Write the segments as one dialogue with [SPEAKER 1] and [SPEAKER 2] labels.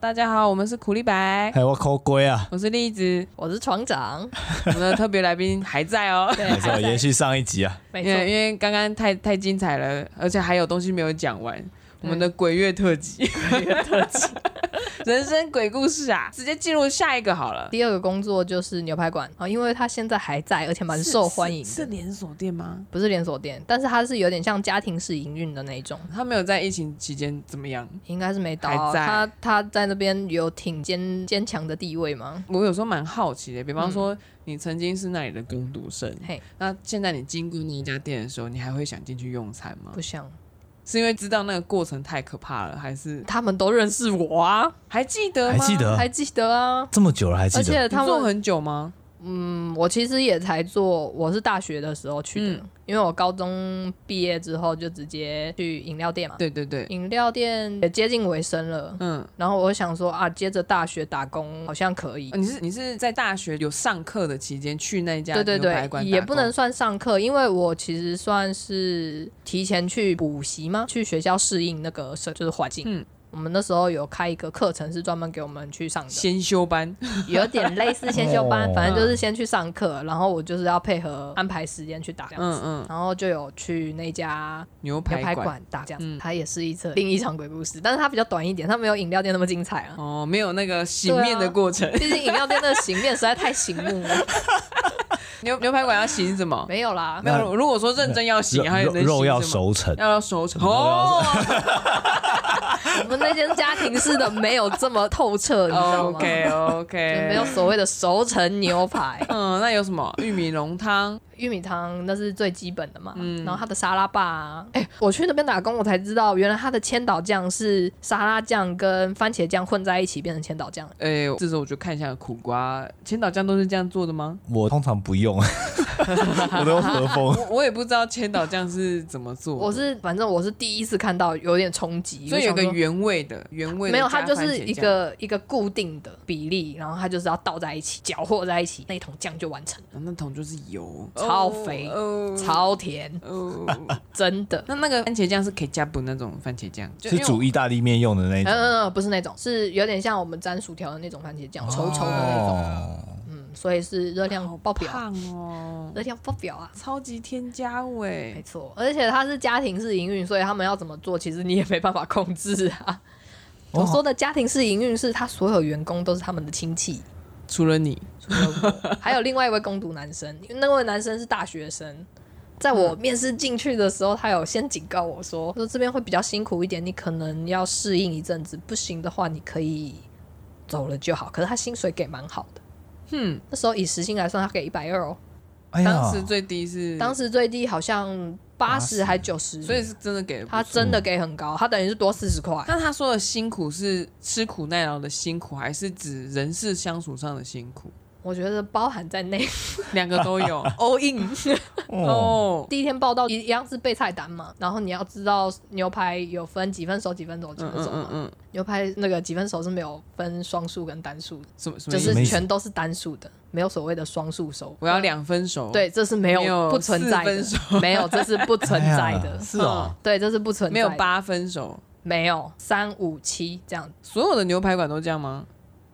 [SPEAKER 1] 大家好，我们是苦力 白，
[SPEAKER 2] 还有我抠龟啊，
[SPEAKER 1] 我是栗子，
[SPEAKER 3] 我是船 长，。
[SPEAKER 1] 我们的特别来宾还在哦
[SPEAKER 3] 对，
[SPEAKER 2] 还是要延续上一集啊。
[SPEAKER 3] 没
[SPEAKER 1] 因为因
[SPEAKER 3] 错，
[SPEAKER 1] 为刚刚太太精彩了，而且还有东西没有讲完。我们的鬼月特 辑，
[SPEAKER 3] 特辑。
[SPEAKER 1] 人生鬼故事啊，直接进入下一个好了。
[SPEAKER 3] 第二个工作就是牛排馆啊，因为它现在还在，而且蛮受欢迎
[SPEAKER 1] 是是
[SPEAKER 3] 的。
[SPEAKER 1] 连锁店吗？
[SPEAKER 3] 不是连锁店，但是它是有点像家庭式营运的那一种，
[SPEAKER 1] 他没有在疫情期间怎么样？
[SPEAKER 3] 应该是没倒啊。
[SPEAKER 1] 还在
[SPEAKER 3] 它它在那边有挺坚坚强的地位吗？
[SPEAKER 1] 我有时候蛮好奇的，比方说你曾经是那里的工读生，
[SPEAKER 3] 嗯嘿
[SPEAKER 1] 那现在你经过那一家店的时候，你还会想进去用餐吗
[SPEAKER 3] 不？像，
[SPEAKER 1] 是因为知道那个过程太可怕了，还是
[SPEAKER 3] 他们都认识我啊，
[SPEAKER 1] 还记得
[SPEAKER 2] 还
[SPEAKER 1] 吗？
[SPEAKER 2] 记得
[SPEAKER 3] 还记得啊。
[SPEAKER 2] 这么久呃了还记
[SPEAKER 3] 而
[SPEAKER 2] 得？
[SPEAKER 3] 且
[SPEAKER 1] 你
[SPEAKER 3] 他
[SPEAKER 1] 做
[SPEAKER 3] 们，
[SPEAKER 1] 很久吗？
[SPEAKER 3] 嗯，我其实也才做，我是大学的时候去的，
[SPEAKER 1] 嗯
[SPEAKER 3] 因为我高中毕业之后就直接去饮料店嘛，
[SPEAKER 1] 对对对，
[SPEAKER 3] 饮料店也接近尾声了，
[SPEAKER 1] 嗯，
[SPEAKER 3] 然后我想说啊，接着大学打工好像可以。
[SPEAKER 1] 呃你是你是在大学有上课的期间去那一家
[SPEAKER 3] 对对
[SPEAKER 1] 牛排
[SPEAKER 3] 对，
[SPEAKER 1] 馆
[SPEAKER 3] 也
[SPEAKER 1] 打
[SPEAKER 3] 不
[SPEAKER 1] 工
[SPEAKER 3] 能算上课，因为我其实算是提前去补习嘛，去学校适应那个社就是环境。
[SPEAKER 1] 嗯
[SPEAKER 3] 我们那时候有开一个课程是专门给我们去上的，
[SPEAKER 1] 先修班，
[SPEAKER 3] 有点类似先修班
[SPEAKER 2] 哦，
[SPEAKER 3] 反正就是先去上课，然后我就是要配合安排时间去打这样
[SPEAKER 1] 嗯
[SPEAKER 3] 子，
[SPEAKER 1] 嗯，
[SPEAKER 3] 然后就有去那家
[SPEAKER 1] 牛
[SPEAKER 3] 牛排
[SPEAKER 1] 排馆
[SPEAKER 3] 馆打这样
[SPEAKER 1] 嗯
[SPEAKER 3] 子，它也是一次另一场鬼故事，但是它比较短一点，它没有饮料店那么精彩 啊。
[SPEAKER 1] 哦，没有那个洗面的过程，
[SPEAKER 3] 毕竟饮料店的形面实在太醒目了。
[SPEAKER 1] 牛牛排馆要洗什么？
[SPEAKER 3] 没有啦，
[SPEAKER 1] 没有，如果说认真要洗，还
[SPEAKER 2] 肉
[SPEAKER 1] 能
[SPEAKER 2] 肉
[SPEAKER 1] 洗
[SPEAKER 2] 肉要
[SPEAKER 1] 什么，
[SPEAKER 2] 熟成，
[SPEAKER 1] 要要熟成哦，
[SPEAKER 3] 我们那间家庭式的没有这么透 彻，你知道吗？
[SPEAKER 1] 哦 OK
[SPEAKER 3] 就
[SPEAKER 1] OK，、
[SPEAKER 3] 没有所谓的熟成牛排
[SPEAKER 1] 嗯，那有什么玉米浓汤？
[SPEAKER 3] 玉米汤，那是最基本的嘛。
[SPEAKER 1] 嗯
[SPEAKER 3] 然后它的沙拉吧、啊，哎、我去那边打工，我才知道原来它的千岛酱是沙拉酱跟番茄酱混在一起变成千岛酱。
[SPEAKER 1] 哎、这时候我就看一下苦瓜，千岛酱都是这样做的吗？
[SPEAKER 2] 我通常不用， 我都和 风。
[SPEAKER 1] 我我也不知道千岛酱是怎么做的，
[SPEAKER 3] 我是反正我是第一次看到，有点冲击，
[SPEAKER 1] 所以有
[SPEAKER 3] 我
[SPEAKER 1] 个
[SPEAKER 3] 想说
[SPEAKER 1] 原味的，原味的
[SPEAKER 3] 没有，它
[SPEAKER 1] 加
[SPEAKER 3] 就
[SPEAKER 1] 番
[SPEAKER 3] 是
[SPEAKER 1] 茄
[SPEAKER 3] 一
[SPEAKER 1] 酱
[SPEAKER 3] 个一个固定的比例，然后它就是要倒在一起，搅和在一起，那一桶酱就完成了，
[SPEAKER 1] 啊那桶就是油，
[SPEAKER 3] 超肥
[SPEAKER 1] 哦
[SPEAKER 3] 超甜，
[SPEAKER 1] 哦。
[SPEAKER 3] 真的。
[SPEAKER 1] 那那个番茄酱是 k e j u p 那种番茄酱，就是因为
[SPEAKER 2] 煮意大利面用的那一
[SPEAKER 3] 嗯
[SPEAKER 2] 种，
[SPEAKER 3] 嗯嗯，不是那种，是有点像我们沾薯条的那种番茄酱，稠稠的那种，
[SPEAKER 2] 哦，
[SPEAKER 3] 嗯，所以是热量爆表，
[SPEAKER 1] 胖哦，
[SPEAKER 3] 热量爆表啊，
[SPEAKER 1] 超级添加
[SPEAKER 3] 没
[SPEAKER 1] 味。
[SPEAKER 3] 错，而且它是家庭式营运，所以他们要怎么做，其实你也没办法控制啊。
[SPEAKER 2] 哦
[SPEAKER 3] 我说的家庭式营运是他所有员工都是他们的亲戚，
[SPEAKER 1] 除了你，
[SPEAKER 3] 除了我， 还有另外一位攻读男生，因为那位男生是大学生。在
[SPEAKER 1] 嗯
[SPEAKER 3] 我面试进去的时候，他有先警告我说：“说这边会比较辛苦一点，你可能要适应一阵子，不行的话你可以走了就好。”可是他薪水给蛮好的，
[SPEAKER 1] 哼，
[SPEAKER 3] 那时候以时薪来算，他给一百二哦，
[SPEAKER 2] 哎呀，
[SPEAKER 1] 当时最低是
[SPEAKER 3] 当时最低好像八十
[SPEAKER 2] 80
[SPEAKER 3] 还九十，
[SPEAKER 1] 所以是真的给了不
[SPEAKER 3] 他
[SPEAKER 1] 错。
[SPEAKER 3] 真的给很高，他等于是多四十块。
[SPEAKER 1] 那他说的辛苦是吃苦耐劳的辛苦，还是指人事相处上的辛苦？
[SPEAKER 3] 我觉得包含在内
[SPEAKER 1] 两个都有
[SPEAKER 3] ，all in。
[SPEAKER 2] 哦，
[SPEAKER 1] 哦。
[SPEAKER 3] 第一天报道一样是备菜单嘛，然后你要知道牛排有分几分熟、几分熟、几
[SPEAKER 1] 嗯
[SPEAKER 3] 分
[SPEAKER 1] 嗯
[SPEAKER 3] 熟嘛
[SPEAKER 1] 嗯。嗯，
[SPEAKER 3] 牛排那个几分熟是没有分双数跟单数的，
[SPEAKER 1] 什么什么
[SPEAKER 3] 就
[SPEAKER 1] 意思？
[SPEAKER 2] 什么
[SPEAKER 3] 是
[SPEAKER 2] 意思
[SPEAKER 3] 全都是单数的，没有所谓的双数熟。
[SPEAKER 1] 我要两分熟。，
[SPEAKER 3] 对，这是没
[SPEAKER 1] 没有
[SPEAKER 3] 有不存在
[SPEAKER 1] 四
[SPEAKER 3] 的，没有，这是不存在的
[SPEAKER 2] 哎呀。是哦，
[SPEAKER 3] 对，这是不存在
[SPEAKER 1] 没
[SPEAKER 3] 的
[SPEAKER 1] 有，八分熟。
[SPEAKER 3] 没有三五七这样，
[SPEAKER 1] 所有的牛排馆都这样吗？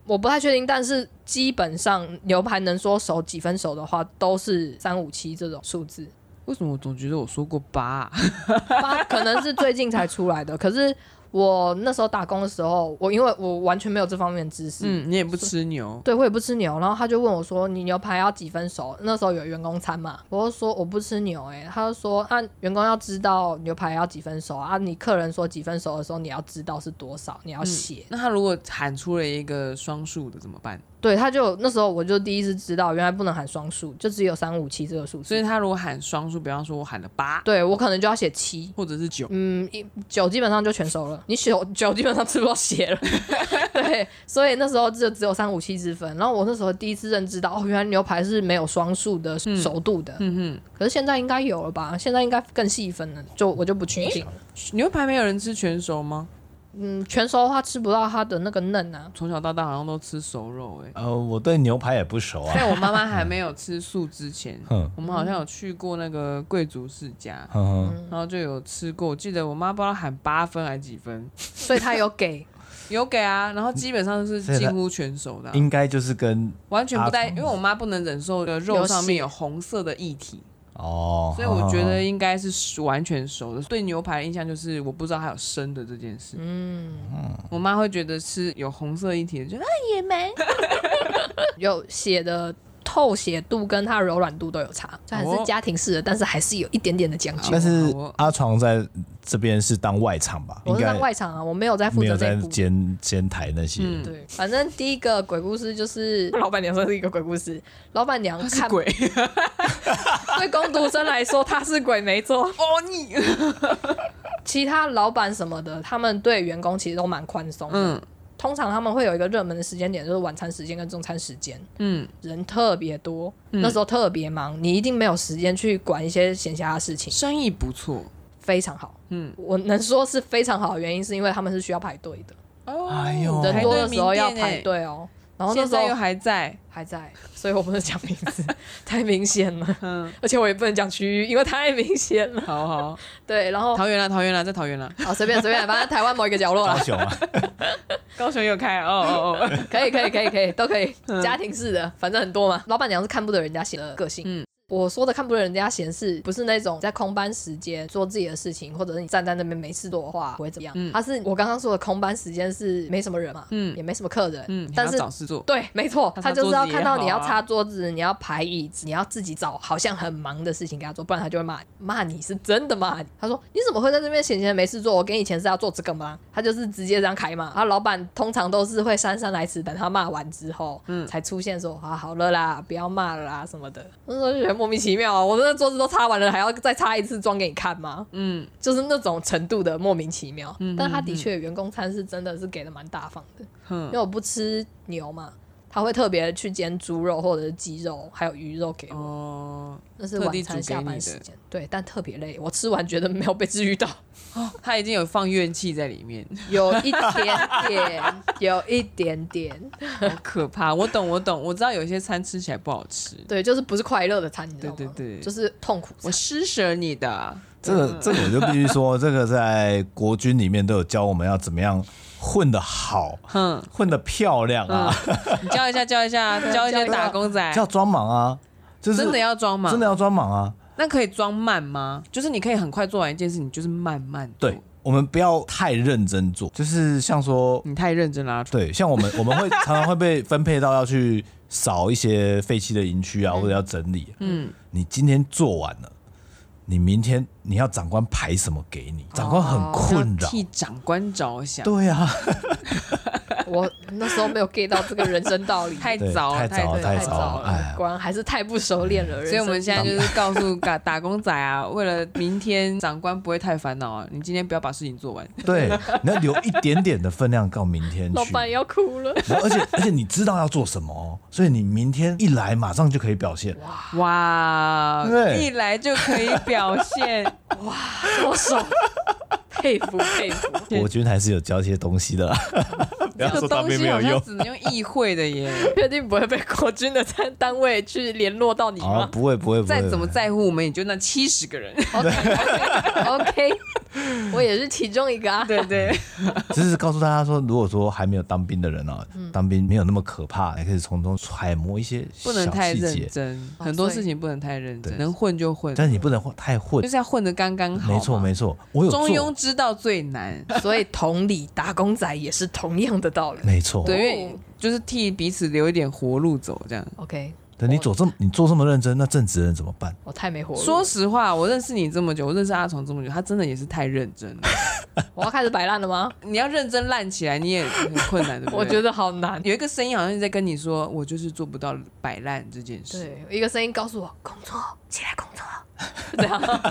[SPEAKER 3] 我不太确定，但是基本上牛排能说熟几分熟的话，都是三五七这种数字。
[SPEAKER 1] 为什么我总觉得我说过八、啊？
[SPEAKER 3] 八 可能是最近才出来的，可是我那时候打工的时候，我因为我完全没有这方面的知识，
[SPEAKER 1] 嗯，你也不吃牛，
[SPEAKER 3] 对我也不吃牛，然后他就问我说：“你牛排要几分熟？”那时候有员工餐嘛，我就说我不吃牛、欸，他就说：“啊，员工要知道牛排要几分熟啊，你客人说几分熟的时候，你要知道是多少，你要写。
[SPEAKER 1] 嗯那他如果喊出了一个双数的怎么办？
[SPEAKER 3] 对，他就那时候我就第一次知道，原来不能喊双数，就只有三五七这个数字，
[SPEAKER 1] 所以他如果喊双数，比方说我喊了八
[SPEAKER 3] 对我可能就要写七。
[SPEAKER 1] 或者是九，
[SPEAKER 3] 嗯，一酒基本上就全熟了，你酒 酒基本上吃不到血了， 对，所以那时候就只有三五七之分。然后我那时候第一次认知到，哦，原来牛排是没有双数的熟度的，
[SPEAKER 1] 嗯
[SPEAKER 3] 可是现在应该有了吧？现在应该更细分了，就我就不确定了。
[SPEAKER 1] 哼，牛排没有人吃全熟吗？
[SPEAKER 3] 嗯，全熟的话吃不到它的那个嫩啊。
[SPEAKER 1] 从小到大好像都吃熟肉、 欸，
[SPEAKER 3] 嗯
[SPEAKER 2] 呃，我对牛排也不熟啊，
[SPEAKER 1] 在我妈妈还没有吃素之 前，
[SPEAKER 2] 哼
[SPEAKER 1] 我们好像有去过那个贵族世家，
[SPEAKER 3] 嗯
[SPEAKER 2] 哼哼，
[SPEAKER 1] 嗯 然后就有吃过。我记得我妈不知道喊八分还几分，
[SPEAKER 3] 所以他有给
[SPEAKER 1] 有给啊，然后基本上 是近乎全熟的啊、
[SPEAKER 2] 应该就是跟
[SPEAKER 1] 完全不带，
[SPEAKER 2] 阿
[SPEAKER 1] 因为我妈不能忍受的肉上面有红色的液体，
[SPEAKER 2] 哦，
[SPEAKER 1] 所以我觉得应该是完全熟的。对牛排的印象就是我不知道还有生的这件事，
[SPEAKER 3] 嗯，
[SPEAKER 1] 我妈会觉得吃有红色液体的就啊
[SPEAKER 3] 也没 有血的透血度跟它的柔软度都有差，虽然是
[SPEAKER 1] 哦
[SPEAKER 3] 家庭式的，但是还是有一点点的讲究。
[SPEAKER 2] 但是
[SPEAKER 1] 好哦
[SPEAKER 2] 阿床在这边是当外场吧，
[SPEAKER 3] 我
[SPEAKER 2] 应
[SPEAKER 3] 是
[SPEAKER 2] 该
[SPEAKER 3] 当外场啊，我没有在负
[SPEAKER 2] 没
[SPEAKER 3] 责
[SPEAKER 2] 有在
[SPEAKER 3] 内部。
[SPEAKER 2] 监监台那些。
[SPEAKER 1] 嗯
[SPEAKER 3] 对，反正第一个鬼故事就是老板娘算是一个鬼故事。老板娘
[SPEAKER 1] 她是
[SPEAKER 3] 看
[SPEAKER 1] 鬼
[SPEAKER 3] 对工读生来说她是鬼没错，
[SPEAKER 1] 哦你，
[SPEAKER 3] 其他老板什么的，他们对员工其实都蛮宽松的。
[SPEAKER 1] 嗯
[SPEAKER 3] 通常他们会有一个热门的时间点，就是晚餐时间跟中餐时间，
[SPEAKER 1] 嗯，
[SPEAKER 3] 人特别多，
[SPEAKER 1] 嗯
[SPEAKER 3] 那时候特别忙，你一定没有时间去管一些闲暇的事情，
[SPEAKER 1] 生意不错，
[SPEAKER 3] 非常好。
[SPEAKER 1] 嗯
[SPEAKER 3] 我能说是非常好的原因，是因为他们是需要排队的，
[SPEAKER 1] 哦，
[SPEAKER 2] 哎呦
[SPEAKER 3] 人
[SPEAKER 1] 排
[SPEAKER 3] 多
[SPEAKER 1] 队
[SPEAKER 3] 的时候要
[SPEAKER 1] 名店
[SPEAKER 3] 排
[SPEAKER 1] 欸，
[SPEAKER 3] 队哦。然后那
[SPEAKER 1] 现
[SPEAKER 3] 时
[SPEAKER 1] 在又
[SPEAKER 3] 候
[SPEAKER 1] 还在，
[SPEAKER 3] 还在，所以我不能讲名 字，太明显了。
[SPEAKER 1] 嗯，
[SPEAKER 3] 而且我也不能讲区域，因为太明显了。
[SPEAKER 1] 好好，
[SPEAKER 3] 对，然后
[SPEAKER 1] 桃园啦，桃园啦，在桃园啦，
[SPEAKER 3] 好随便随便，反正台湾某一个角落
[SPEAKER 2] 高
[SPEAKER 3] 啦，
[SPEAKER 2] 雄啊，
[SPEAKER 1] 高雄有开啊哦哦哦，
[SPEAKER 3] 可以可以可以可以都可以，
[SPEAKER 1] 嗯
[SPEAKER 3] 家庭式的，反正很多嘛。老板娘是看不得人家闲的个性。
[SPEAKER 1] 嗯
[SPEAKER 3] 我说的看不得人家闲事，不是那种在空班时间做自己的事情，或者是你站在那边没事做的话不会怎么样。
[SPEAKER 1] 嗯
[SPEAKER 3] 他是我刚刚说的空班时间是没什么人嘛，
[SPEAKER 1] 嗯
[SPEAKER 3] 也没什么客人，
[SPEAKER 1] 嗯，
[SPEAKER 3] 但
[SPEAKER 1] 还要
[SPEAKER 3] 是
[SPEAKER 1] 找事做，
[SPEAKER 3] 对，没错，
[SPEAKER 1] 擦
[SPEAKER 3] 他
[SPEAKER 1] 擦
[SPEAKER 3] 就是要
[SPEAKER 1] 桌子也
[SPEAKER 3] 看到你
[SPEAKER 1] 好
[SPEAKER 3] 要
[SPEAKER 1] 啊
[SPEAKER 3] 擦桌子，你要排椅子，你要自己找好像很忙的事情给他做，不然他就会骂你骂你是真的骂你。他说你怎么会在这边闲闲没事做？我给你钱是要做这个吗？他就是直接这样开骂。他老板通常都是会姗姗来迟，等他骂完之后，
[SPEAKER 1] 嗯
[SPEAKER 3] 才出现说啊好了啦，不要骂了啦什么的。那时候就觉得莫名其妙啊，我那桌子都擦完了，还要再擦一次妆给你看吗？
[SPEAKER 1] 嗯，
[SPEAKER 3] 就是那种程度的莫名其妙。
[SPEAKER 1] 嗯
[SPEAKER 3] 但他
[SPEAKER 1] 嗯
[SPEAKER 3] 的
[SPEAKER 1] 嗯
[SPEAKER 3] 确员工餐是真的是给的蛮大方的。因
[SPEAKER 1] 哼
[SPEAKER 3] 为我不吃牛嘛，他会特别去煎猪肉或者是鸡肉，还有鱼肉给我，
[SPEAKER 1] 哦，
[SPEAKER 3] 那是
[SPEAKER 1] 特地
[SPEAKER 3] 晚餐
[SPEAKER 1] 煮给
[SPEAKER 3] 下班
[SPEAKER 1] 你
[SPEAKER 3] 时
[SPEAKER 1] 的
[SPEAKER 3] 间。对，但特别累，我吃完觉得没有被治愈到，
[SPEAKER 1] 他已经有放怨气在里面，
[SPEAKER 3] 有一点点，有一点点，
[SPEAKER 1] 好可怕。我懂，我懂，我知道有些餐吃起来不好吃，
[SPEAKER 3] 对，就是不是快乐的餐，你知道吗？
[SPEAKER 1] 对对对
[SPEAKER 3] 就是痛苦
[SPEAKER 1] 我
[SPEAKER 3] 餐。
[SPEAKER 1] 施舍你的。
[SPEAKER 2] 这
[SPEAKER 1] 嗯
[SPEAKER 2] 个这个我就必须说，这个在国军里面都有教我们要怎么样混得好，
[SPEAKER 1] 哼，
[SPEAKER 2] 混得漂亮啊，
[SPEAKER 1] 你教一下，教一下，教一些打工 仔，
[SPEAKER 2] 叫装忙啊，就
[SPEAKER 1] 嗯
[SPEAKER 2] 是
[SPEAKER 1] 真的要装忙，
[SPEAKER 2] 真的要装忙啊。
[SPEAKER 1] 那可以装慢吗？就是你可以很快做完一件事，你就是慢慢做
[SPEAKER 2] 对，我们不要太认真做，就是像说，
[SPEAKER 1] 你太认真了、啊，
[SPEAKER 2] 对，像 我们我们会常常会被分配到要去扫一些废弃的营区啊，或者要整理。
[SPEAKER 1] 嗯，
[SPEAKER 2] 你今天做完了，你明天你要长官排什么给你？长官很困
[SPEAKER 1] 哦要
[SPEAKER 2] 扰。
[SPEAKER 1] 替长官着想，
[SPEAKER 2] 对啊，
[SPEAKER 3] 我那时候没有 get 到这个人生道 理，
[SPEAKER 1] 太
[SPEAKER 2] 对
[SPEAKER 1] 早了，
[SPEAKER 2] 太早
[SPEAKER 1] 太
[SPEAKER 2] 了哦太
[SPEAKER 3] 太
[SPEAKER 2] 早了
[SPEAKER 3] 早
[SPEAKER 2] 哎
[SPEAKER 3] 了，果然还是太不熟练了。
[SPEAKER 1] 所以我们
[SPEAKER 3] 人
[SPEAKER 1] 现
[SPEAKER 3] 生
[SPEAKER 1] 在就是告诉打打工仔 啊，为了明天长官不会太烦恼啊，你今天不要把事情做 完。
[SPEAKER 2] 对，你要留一点点的分量到明 天
[SPEAKER 3] 老
[SPEAKER 2] 去。
[SPEAKER 3] 板要哭 了，
[SPEAKER 2] 然后而且而且你知道要做什么哦，所以你明天一来马上就可以表现。
[SPEAKER 1] 哇，
[SPEAKER 2] 对
[SPEAKER 1] 一来就可以表现，
[SPEAKER 3] 多手， 佩服佩服。
[SPEAKER 2] 国军还是有教一些东西的 啦，不
[SPEAKER 1] 这
[SPEAKER 2] 要
[SPEAKER 1] 个
[SPEAKER 2] 说当
[SPEAKER 1] 东
[SPEAKER 2] 兵没
[SPEAKER 1] 西
[SPEAKER 2] 有
[SPEAKER 1] 好像
[SPEAKER 2] 用
[SPEAKER 1] 只能用议会的耶。
[SPEAKER 3] 确定不会被国军的单单位去联络到你
[SPEAKER 2] 哦，
[SPEAKER 3] 吗、
[SPEAKER 2] 不会不会不会，
[SPEAKER 1] 再怎
[SPEAKER 2] 不
[SPEAKER 1] 么
[SPEAKER 2] 会
[SPEAKER 1] 在乎我们，也就那七十个 人。
[SPEAKER 3] o k OK，我 也是其中一个啊。
[SPEAKER 1] 对对，
[SPEAKER 2] 只是告诉大家说，如果说还没有当兵的人啊，
[SPEAKER 1] 嗯
[SPEAKER 2] 当兵没有那么可怕，也可以从中揣摩一些
[SPEAKER 1] 不
[SPEAKER 2] 小
[SPEAKER 1] 能太
[SPEAKER 2] 细
[SPEAKER 1] 认
[SPEAKER 2] 节。
[SPEAKER 1] 真，
[SPEAKER 3] 哦
[SPEAKER 1] 很多
[SPEAKER 3] 所以
[SPEAKER 1] 事情不能太认真，
[SPEAKER 2] 对
[SPEAKER 1] 能混就混，
[SPEAKER 2] 但是你不能混太混
[SPEAKER 1] 就，是要混得刚刚好。
[SPEAKER 2] 没错没
[SPEAKER 1] 错，
[SPEAKER 2] 错，我有
[SPEAKER 1] 中庸
[SPEAKER 2] 做，
[SPEAKER 1] 之道最难。
[SPEAKER 3] 所以同理，打工仔也是同样的道理。
[SPEAKER 2] 没错。
[SPEAKER 1] 对，因为就是替彼此留一点活路走，这样。
[SPEAKER 3] OK，
[SPEAKER 2] 等你走这么你做这么认真，那正直人怎么办？
[SPEAKER 3] 我太没活
[SPEAKER 1] 说
[SPEAKER 3] 了，
[SPEAKER 1] 实话，我认识你这么久，我认识阿虫这么久，他真的也是太认真 了。
[SPEAKER 3] 我要开始摆烂了吗？
[SPEAKER 1] 你要认真烂起来，你也很困难，对不 对？
[SPEAKER 3] 我觉得好难。
[SPEAKER 1] 有一个声音好像是在跟你说，我就是做不到摆烂这件事。
[SPEAKER 3] 对，一个声音告诉我工作，起来工 作。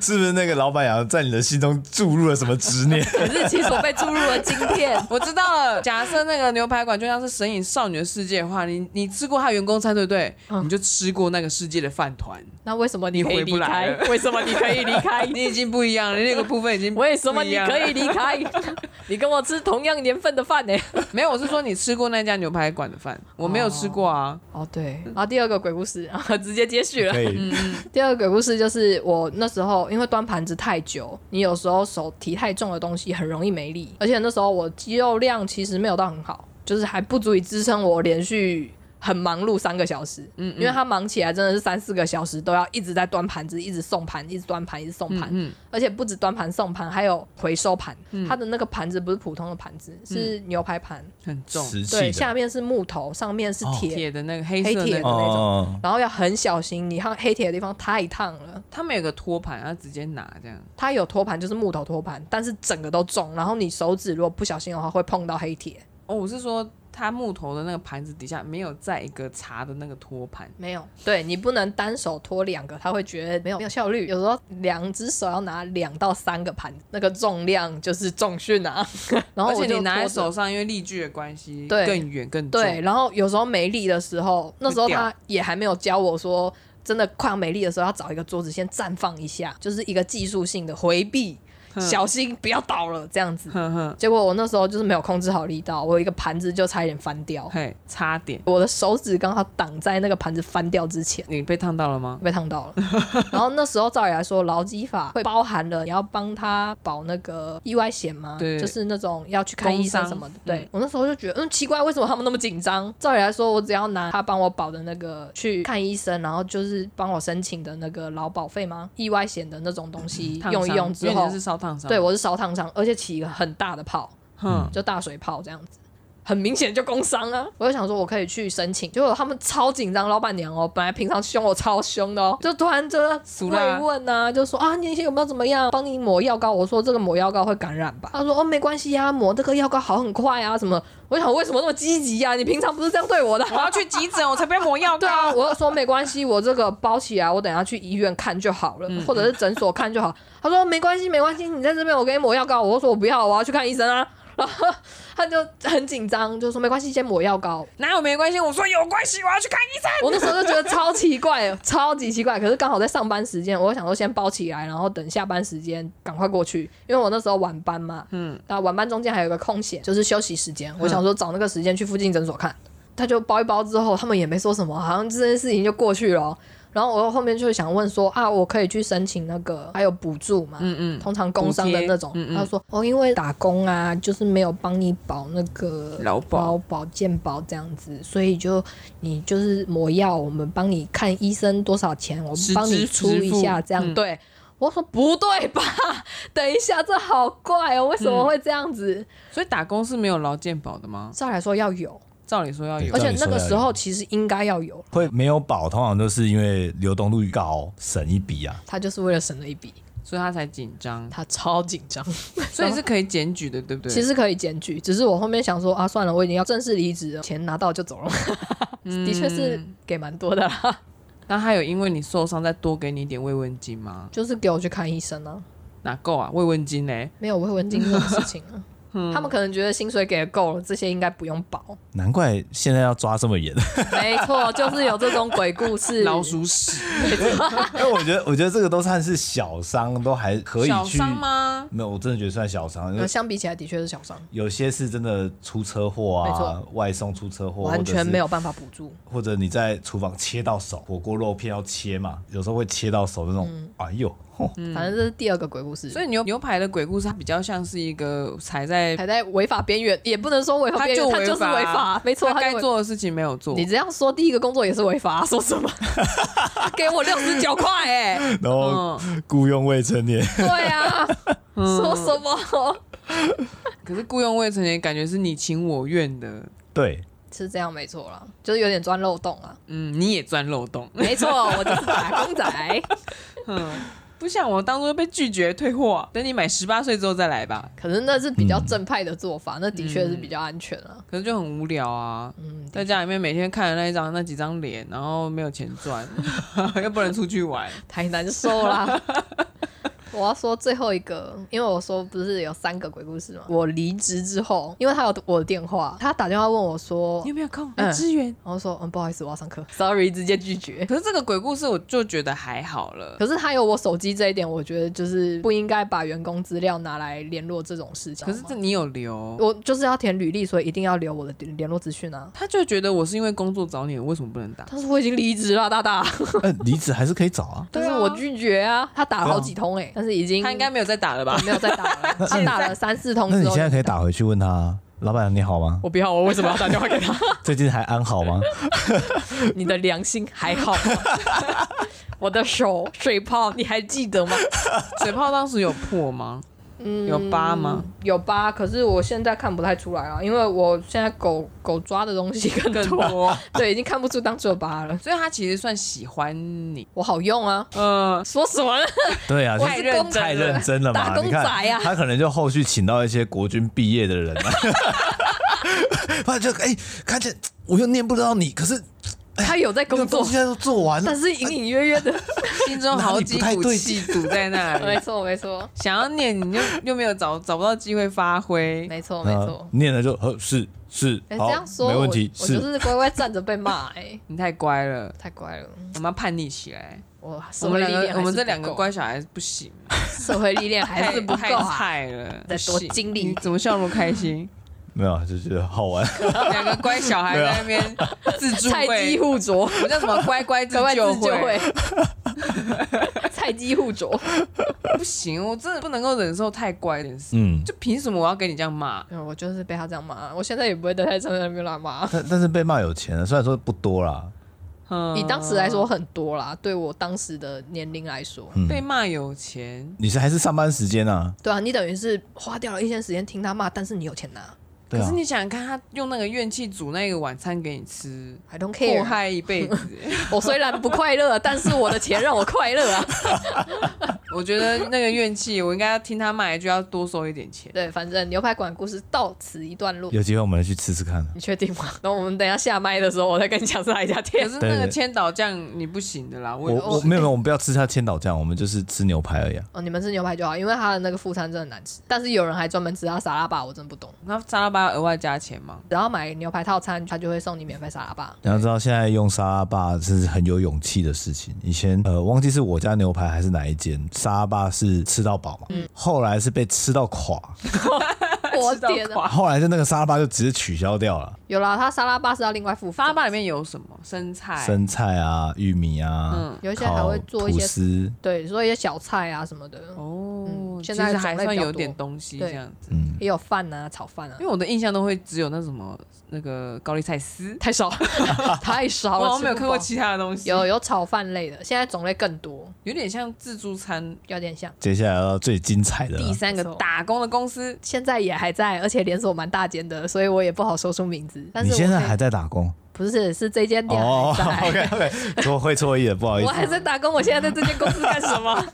[SPEAKER 2] 是不是那个老板娘在你的心中注入了什么执 念？
[SPEAKER 3] 可是其实我被注入了晶片。
[SPEAKER 1] 我知道了。假设那个牛排馆就像是《神隐少女的世界》的话，你你吃过他员工餐，对不对？
[SPEAKER 3] 嗯
[SPEAKER 1] 你就吃过那个世界的饭团，
[SPEAKER 3] 那为什么你可以
[SPEAKER 1] 你回
[SPEAKER 3] 离
[SPEAKER 1] 不来
[SPEAKER 3] 开
[SPEAKER 1] 了？
[SPEAKER 3] 为什么你可以离 开？
[SPEAKER 1] 你已经不一样了。那个部分已 经
[SPEAKER 3] 为什么
[SPEAKER 1] 不一
[SPEAKER 3] 你
[SPEAKER 1] 样
[SPEAKER 3] 可以离开？ 你跟我吃同样年份的饭呢、
[SPEAKER 1] 没有？我是说你吃过那家牛排馆的饭，我没有吃过啊。
[SPEAKER 3] 哦，对，然后第二个鬼故事，啊，直接接续
[SPEAKER 1] 嗯
[SPEAKER 3] 了
[SPEAKER 2] 可。以，
[SPEAKER 3] 第二个鬼故事就是我那时候，因为端盘子太久，你有时候手提太重的东西很容易没力，而且那时候我肌肉量其实没有到很好，就是还不足以支撑我连续。很忙碌三个小时，嗯因为他忙起来真的是三四个小时，都要一直在端盘子，一直送盘，一直端盘，一直送盘，
[SPEAKER 1] 嗯
[SPEAKER 3] 而且不止端盘送盘，还有回收盘。它的那个盘子不是普通的盘子，是牛排盘，
[SPEAKER 1] 很重，
[SPEAKER 2] 瓷器
[SPEAKER 3] 对，
[SPEAKER 2] 的
[SPEAKER 3] 下面是木头，上面是
[SPEAKER 2] 哦
[SPEAKER 3] 铁，
[SPEAKER 1] 铁的那个黑
[SPEAKER 3] 黑
[SPEAKER 1] 色那
[SPEAKER 3] 铁的
[SPEAKER 1] 个，
[SPEAKER 3] 那种
[SPEAKER 2] 哦，
[SPEAKER 3] 然后要很小心，你看黑铁的地方太烫了。
[SPEAKER 1] 他们有个托盘，要直接拿这样。
[SPEAKER 3] 它有托盘，就是木头托盘，但是整个都重，然后你手指如果不小心的话，会碰到黑铁。
[SPEAKER 1] 哦，我是说它木头的那个盘子底下没有再一个茶的那个托盘，
[SPEAKER 3] 没有，对你不能单手托两个，他会觉得没有没有效率。有时候两只手要拿两到三个盘，那个重量就是重训啊。 然后
[SPEAKER 1] 而
[SPEAKER 3] 我
[SPEAKER 1] 且
[SPEAKER 3] 就
[SPEAKER 1] 你拿在
[SPEAKER 3] 托着
[SPEAKER 1] 手上，因为力矩的关系，
[SPEAKER 3] 对
[SPEAKER 1] 更远更重。
[SPEAKER 3] 对，，然后有时候没力的时候，那时候他也还没有教我说，真的快要没力的时候，要找一个桌子先绽放一下，就是一个技术性的回避，小心不要倒了这样子。
[SPEAKER 1] 哼哼，
[SPEAKER 3] 结果我那时候就是没有控制好力道，我有一个盘子就差一点翻掉，
[SPEAKER 1] 嘿，差点，
[SPEAKER 3] 我的手指刚好挡在那个盘子翻掉之前。
[SPEAKER 1] 你被烫到了吗？
[SPEAKER 3] 被烫到了， 然后那时候照理来说，劳基法会包含了你要帮他保那个意外险吗？
[SPEAKER 1] 对
[SPEAKER 3] 就是那种要去看医生什么的
[SPEAKER 1] 工伤。
[SPEAKER 3] 对、
[SPEAKER 1] 嗯
[SPEAKER 3] 我那时候就觉得，嗯，奇怪，为什么他们那么紧张？照理来说，我只要拿他帮我保的那个去看医生，然后就是帮我申请的那个劳保费吗？意外险的那种东西
[SPEAKER 1] 烫
[SPEAKER 3] 用一
[SPEAKER 1] 伤
[SPEAKER 3] 用之
[SPEAKER 1] 因为
[SPEAKER 3] 后
[SPEAKER 1] 你，是烧烫伤。
[SPEAKER 3] 对，我是烧烫伤，而且起一个很大的泡。
[SPEAKER 1] 哼，
[SPEAKER 3] 就大水泡这样子，很明显就工伤啊！我就想说，我可以去申请，结果他们超紧张，老板娘哦，本来平常凶我超凶的哦，就突然就
[SPEAKER 1] 俗辣
[SPEAKER 3] 慰问啊，就说啊，你有没有怎么样？帮你抹药膏，我说这个抹药膏会感染吧？他说哦，没关系啊，抹这个药膏好很快啊，什么？我想为什么那么积极啊？你平常不是这样对我的啊、
[SPEAKER 1] 我要去急诊，我才不要抹药
[SPEAKER 3] 对啊，
[SPEAKER 1] 膏。
[SPEAKER 3] 我就说没关系，我这个包起来，我等下去医院看就好了，或者是诊所看就好。他说没关系，没关系，你在这边我给你抹药膏。我说我不要，我要去看医生啊。然后他就很紧张，就说没关系，先抹药膏。
[SPEAKER 1] 哪有没关系？我说有关系，我要去看医生。
[SPEAKER 3] 我那时候就觉得超奇怪，超级奇怪。可是刚好在上班时间，我想说先包起来，然后等下班时间赶快过去，因为我那时候晚班嘛，嗯，那晚班中间还有一个空闲，就是休息时
[SPEAKER 1] 嗯
[SPEAKER 3] 间。我想说找那个时间去附近诊所看，他就包一包之后，他们也没说什么，好像这件事情就过去了哦。然后我后面就想问说啊，我可以去申请那个还有补助嘛？
[SPEAKER 1] 嗯嗯，
[SPEAKER 3] 通常工伤的那种
[SPEAKER 1] 补，贴嗯嗯
[SPEAKER 3] 他说哦，因为打工啊，就是没有帮你保那个
[SPEAKER 1] 劳保
[SPEAKER 3] 劳保健保这样子，所以就你就是抹药，我们帮你看医生多少钱，我们
[SPEAKER 1] 实
[SPEAKER 3] 帮你
[SPEAKER 1] 支
[SPEAKER 3] 出
[SPEAKER 1] 实
[SPEAKER 3] 一
[SPEAKER 1] 付
[SPEAKER 3] 下这样。
[SPEAKER 1] 嗯
[SPEAKER 3] 对，我说不对吧？ 等一下，这好怪哦，为什么会这样子？
[SPEAKER 1] 所以打工是没有劳健保的吗？
[SPEAKER 3] 照理来说要有，
[SPEAKER 1] 照理说要有
[SPEAKER 2] 对
[SPEAKER 3] 而
[SPEAKER 2] 照
[SPEAKER 3] 且
[SPEAKER 2] 理
[SPEAKER 3] 那
[SPEAKER 2] 说
[SPEAKER 3] 个
[SPEAKER 2] 要
[SPEAKER 3] 时
[SPEAKER 2] 有
[SPEAKER 3] 候其实应该要有，
[SPEAKER 2] 会没有保，通常都是因为流动率高，省一笔啊。
[SPEAKER 3] 他就是为了省了一笔，
[SPEAKER 1] 所以他才紧张，
[SPEAKER 3] 他超紧张。
[SPEAKER 1] 所以是可以检举的，对不对？
[SPEAKER 3] 其实可以检举，只是我后面想说啊，算了，我已经要正式离职了，钱拿到就走了。
[SPEAKER 1] 嗯
[SPEAKER 3] 的确是给蛮多的啦，
[SPEAKER 1] 那他有因为你受伤再多给你一点慰问金吗？
[SPEAKER 3] 就是给我去看医生啊，
[SPEAKER 1] 哪够啊？慰问金嘞？
[SPEAKER 3] 没有慰问金这种事情 啊。他们可能觉得薪水给的够了，这些应该不用保。
[SPEAKER 2] 难怪现在要抓这么严，
[SPEAKER 3] 没错，就是有这种鬼故事。
[SPEAKER 1] 老鼠屎？
[SPEAKER 2] 因为我觉得，我觉得这个都算是小伤，都还可以去。
[SPEAKER 1] 小伤吗？
[SPEAKER 2] 没有，我真的觉得算小伤。因
[SPEAKER 3] 呃，
[SPEAKER 2] 为
[SPEAKER 3] 相比起来的确是小伤，
[SPEAKER 2] 有些是真的出车祸
[SPEAKER 3] 没
[SPEAKER 2] 啊
[SPEAKER 3] 错，
[SPEAKER 2] 外送出车祸，
[SPEAKER 3] 完全没
[SPEAKER 2] 有。
[SPEAKER 3] 有办法补助。
[SPEAKER 2] 或者你在厨房切到手，火锅肉片要切嘛，有时候会切到手那种，
[SPEAKER 3] 嗯
[SPEAKER 2] 哎呦，吼
[SPEAKER 3] 反正这是第二个鬼故事，
[SPEAKER 1] 所
[SPEAKER 3] 嗯以
[SPEAKER 1] 以牛牛排的鬼故事，它比较像是一个踩在
[SPEAKER 3] 还在违法边缘，也不能说违法
[SPEAKER 1] 他
[SPEAKER 3] 边
[SPEAKER 1] 就
[SPEAKER 3] 缘，他就是违法，没错，
[SPEAKER 1] 他
[SPEAKER 3] 他就
[SPEAKER 1] 该
[SPEAKER 3] 违
[SPEAKER 1] 做的事情没有做
[SPEAKER 3] 你。这样说，第一个工作也是违法、说什么？他给我六十九块 哎，
[SPEAKER 2] 然后
[SPEAKER 1] 嗯，
[SPEAKER 2] 雇佣未成年，
[SPEAKER 3] 对啊，说什么？
[SPEAKER 1] 可是雇佣未成年，感觉是你情我愿的，
[SPEAKER 2] 对，
[SPEAKER 3] 是这样没错啦，就是有点钻漏洞啊。
[SPEAKER 1] 嗯，你也钻漏洞，
[SPEAKER 3] 没错，我就是打工 仔。
[SPEAKER 1] 不像我当初被拒绝退货，等你满十八岁之后再来吧。
[SPEAKER 3] 可是那是比较
[SPEAKER 1] 嗯
[SPEAKER 3] 正派的做法，那的确是比较安全啊。
[SPEAKER 1] 可是就很无聊啊，
[SPEAKER 3] 嗯，
[SPEAKER 1] 在家里面每天看的那一张那几张脸，然后没有钱赚， 又不能出去 玩，
[SPEAKER 3] 太难受 啦。我要说最后一个，因为我说不是有三个鬼故事吗？我离职之后，因为他有我的电话，他打电话问我说
[SPEAKER 1] 你有，没有空
[SPEAKER 3] 嗯
[SPEAKER 1] 来支援？
[SPEAKER 3] 然后说嗯不好意思，我要上课，sorry，直接拒绝。
[SPEAKER 1] 可是这个鬼故事我就觉得还好了，
[SPEAKER 3] 可是他有我手机这一点，我觉得就是不应该把员工资料拿来联络这种事情。
[SPEAKER 1] 可是这你有留，
[SPEAKER 3] 我就是要填履历，所以一定要留我的联络资讯啊。
[SPEAKER 1] 他就觉得我是因为工作找你，我为什么不能打？
[SPEAKER 3] 但是我已经离职了，大大。
[SPEAKER 2] 哎呃，离职还是可以找啊。
[SPEAKER 1] 但是
[SPEAKER 3] 对啊我拒绝啊。他打了好几通哎、但是已经
[SPEAKER 1] 他应该没有再打了吧
[SPEAKER 3] 我？没有再打了， 他打了三四通
[SPEAKER 2] 那
[SPEAKER 3] 之
[SPEAKER 2] 你
[SPEAKER 3] 后
[SPEAKER 2] 现，在可以打回去问他，啊老板你好吗？
[SPEAKER 1] 我不要，我为什么要打电话给 他？
[SPEAKER 2] 最近还安好吗？
[SPEAKER 3] 你的良心还好 吗我的手水泡你还记得吗？
[SPEAKER 1] 水泡当时有破吗？嗯，有疤吗？
[SPEAKER 3] 有疤，可是我现在看不太出来啊，因为我现在狗狗抓的东西 更
[SPEAKER 1] 更
[SPEAKER 3] 多，
[SPEAKER 1] 多，
[SPEAKER 3] 对，已经看不出当初的疤了。
[SPEAKER 1] 所以他其实算喜欢你。
[SPEAKER 3] 我好用啊，
[SPEAKER 1] 嗯，
[SPEAKER 3] 说什 么呢？
[SPEAKER 2] 对啊，就
[SPEAKER 3] 我
[SPEAKER 2] 是是
[SPEAKER 1] 认
[SPEAKER 3] 公
[SPEAKER 1] 真
[SPEAKER 2] 太认真了
[SPEAKER 3] 打
[SPEAKER 2] 嘛！
[SPEAKER 3] 工
[SPEAKER 2] 你
[SPEAKER 3] 仔
[SPEAKER 2] 看
[SPEAKER 3] 啊
[SPEAKER 2] 他可能就后续请到一些国军毕业的人啊，他就哎、看见我又念不到你，可是
[SPEAKER 3] 他有在工
[SPEAKER 2] 这
[SPEAKER 3] 作
[SPEAKER 2] 东西，现在都做完了
[SPEAKER 3] 但，是隐隐约约 的，
[SPEAKER 1] 心中好几
[SPEAKER 2] 哪里
[SPEAKER 1] 股
[SPEAKER 2] 不太对
[SPEAKER 1] 气
[SPEAKER 2] 劲
[SPEAKER 1] 堵在那
[SPEAKER 3] 没
[SPEAKER 1] 里，
[SPEAKER 3] 错没错
[SPEAKER 1] 想要念你又又没有找找不到机会发挥。
[SPEAKER 3] 没错没错
[SPEAKER 2] 啊。念了就呃是是
[SPEAKER 3] 哎、
[SPEAKER 2] 好
[SPEAKER 3] 这样说，
[SPEAKER 2] 没
[SPEAKER 3] 我
[SPEAKER 2] 问题，
[SPEAKER 3] 我就是乖乖站着被骂、哎，
[SPEAKER 1] 你太乖了，
[SPEAKER 3] 太乖了。
[SPEAKER 1] 我们要叛逆起来。
[SPEAKER 3] 我社
[SPEAKER 1] 我
[SPEAKER 3] 会
[SPEAKER 1] 们
[SPEAKER 3] 历
[SPEAKER 1] 两
[SPEAKER 3] 练
[SPEAKER 1] 个，
[SPEAKER 3] 还是不够，
[SPEAKER 1] 我
[SPEAKER 3] 啊
[SPEAKER 1] 们这两个乖小孩不行，
[SPEAKER 3] 社会历练还是不
[SPEAKER 1] 太
[SPEAKER 3] 够
[SPEAKER 1] 太
[SPEAKER 3] 啊。
[SPEAKER 1] 菜了，
[SPEAKER 3] 再多
[SPEAKER 1] 不行
[SPEAKER 3] 经历一
[SPEAKER 1] 你
[SPEAKER 3] 点
[SPEAKER 1] 怎么笑那么开 心？
[SPEAKER 2] 没有就觉得好玩，
[SPEAKER 1] 两个乖小孩在那边自助
[SPEAKER 3] 菜
[SPEAKER 1] 会，
[SPEAKER 3] 鸡互啄，
[SPEAKER 1] 我们叫什么乖乖自
[SPEAKER 3] 格啊外自
[SPEAKER 1] 救
[SPEAKER 3] 救
[SPEAKER 1] 会
[SPEAKER 3] 会？， 菜鸡互啄。
[SPEAKER 1] 不行，我真的不能够忍受太乖的事。
[SPEAKER 2] 嗯。
[SPEAKER 1] 就凭什么我要跟你这样骂？
[SPEAKER 3] 没有，我就是被他这样骂，我现在也不会对他站在那边乱骂。
[SPEAKER 2] 但但是被骂有钱啊了，虽然说不多啦，
[SPEAKER 1] 嗯
[SPEAKER 3] 以当时来说很多啦，对我当时的年龄来说，
[SPEAKER 2] 嗯
[SPEAKER 1] 被骂有钱，
[SPEAKER 2] 你是还是上班时间啊？
[SPEAKER 3] 对啊，你等于是花掉了一天时间听他骂，但是你有钱拿
[SPEAKER 2] 对
[SPEAKER 1] 可
[SPEAKER 2] 啊
[SPEAKER 1] 是，你想想看，他用那个怨气煮那个晚餐给你吃，
[SPEAKER 3] ，I don't
[SPEAKER 1] 祸
[SPEAKER 3] care。
[SPEAKER 1] 害一辈子。 欸
[SPEAKER 3] 我虽然不快乐， 但是我的钱让我快乐啊。
[SPEAKER 1] 我觉得那个怨气，我应该要听他骂一句，要多收一点钱。
[SPEAKER 3] 对，反正牛排馆故事到此一段落。
[SPEAKER 2] 有机会我们去吃吃看。啊
[SPEAKER 3] 你确定吗？然后我们等一下下麦的时候，我再跟你讲是哪一家
[SPEAKER 1] 可
[SPEAKER 3] 店。
[SPEAKER 1] 是那
[SPEAKER 2] 对
[SPEAKER 1] 个
[SPEAKER 2] 对
[SPEAKER 1] 千岛酱你不行的啦，我
[SPEAKER 2] 我我没有没有，我们不要吃他千岛酱，我们就是吃牛排而已、啊。
[SPEAKER 3] 哦，你们吃牛排就好，因为它的那个副餐真的难吃。但是有人还专门吃它沙拉吧，我真不懂。
[SPEAKER 1] 那沙拉吧要额外加钱吗？
[SPEAKER 3] 然后买牛排套餐，它就会送你免费沙 拉吧。
[SPEAKER 2] 你要知道，现在用沙拉霸是很有勇气的事情。以前呃，忘记是我家牛排还是哪一间沙拉霸是吃到饱嘛，
[SPEAKER 3] 嗯
[SPEAKER 2] 后来是被吃到垮，
[SPEAKER 3] 我
[SPEAKER 1] 吃到
[SPEAKER 3] 天啊哪！
[SPEAKER 1] 垮
[SPEAKER 2] 后来就那个沙拉霸就直接取消掉了，
[SPEAKER 3] 有啦，它沙拉吧是要另外付费。
[SPEAKER 1] 沙拉吧里面有什么？生菜，
[SPEAKER 2] 生菜啊、玉米啊，
[SPEAKER 1] 嗯
[SPEAKER 3] 有一些还
[SPEAKER 2] 烤
[SPEAKER 3] 会做一
[SPEAKER 2] 吐
[SPEAKER 3] 些
[SPEAKER 2] 司，
[SPEAKER 3] 对，做一些小菜啊什么的，
[SPEAKER 1] 哦，
[SPEAKER 3] 嗯
[SPEAKER 1] 其
[SPEAKER 3] 现
[SPEAKER 1] 实
[SPEAKER 3] 在
[SPEAKER 1] 还
[SPEAKER 3] 种类
[SPEAKER 1] 算
[SPEAKER 3] 比较
[SPEAKER 1] 有点
[SPEAKER 3] 多
[SPEAKER 1] 东西
[SPEAKER 3] 对
[SPEAKER 1] 这样子。
[SPEAKER 2] 嗯，
[SPEAKER 3] 也有饭啊、炒饭啊
[SPEAKER 1] 因，为我的印象都会只有那什么那个高丽菜丝，
[SPEAKER 3] 太少， 太少
[SPEAKER 1] 我
[SPEAKER 3] 了，
[SPEAKER 1] 好像没有
[SPEAKER 3] 吃不
[SPEAKER 1] 看过
[SPEAKER 3] 饱
[SPEAKER 1] 其他的东西，
[SPEAKER 3] 有有炒饭类的，现在种类更多，
[SPEAKER 1] 有点像自助餐。
[SPEAKER 3] 有点像。
[SPEAKER 2] 接下来要到最精彩的了
[SPEAKER 1] 第三个
[SPEAKER 3] 没啊错
[SPEAKER 1] 打工的公司，
[SPEAKER 3] 现在也还在，而且连锁蛮大间的，所以我也不好说出名字。但
[SPEAKER 2] 你
[SPEAKER 3] 是我
[SPEAKER 2] 现在
[SPEAKER 3] 可以
[SPEAKER 2] 还在打工
[SPEAKER 3] 不是是这间店
[SPEAKER 2] 哦
[SPEAKER 3] 还在，
[SPEAKER 2] ？OK OK，我会错意了，不好意
[SPEAKER 3] 我
[SPEAKER 2] 思。
[SPEAKER 3] 还在打工，我现在在这间公司干 什么？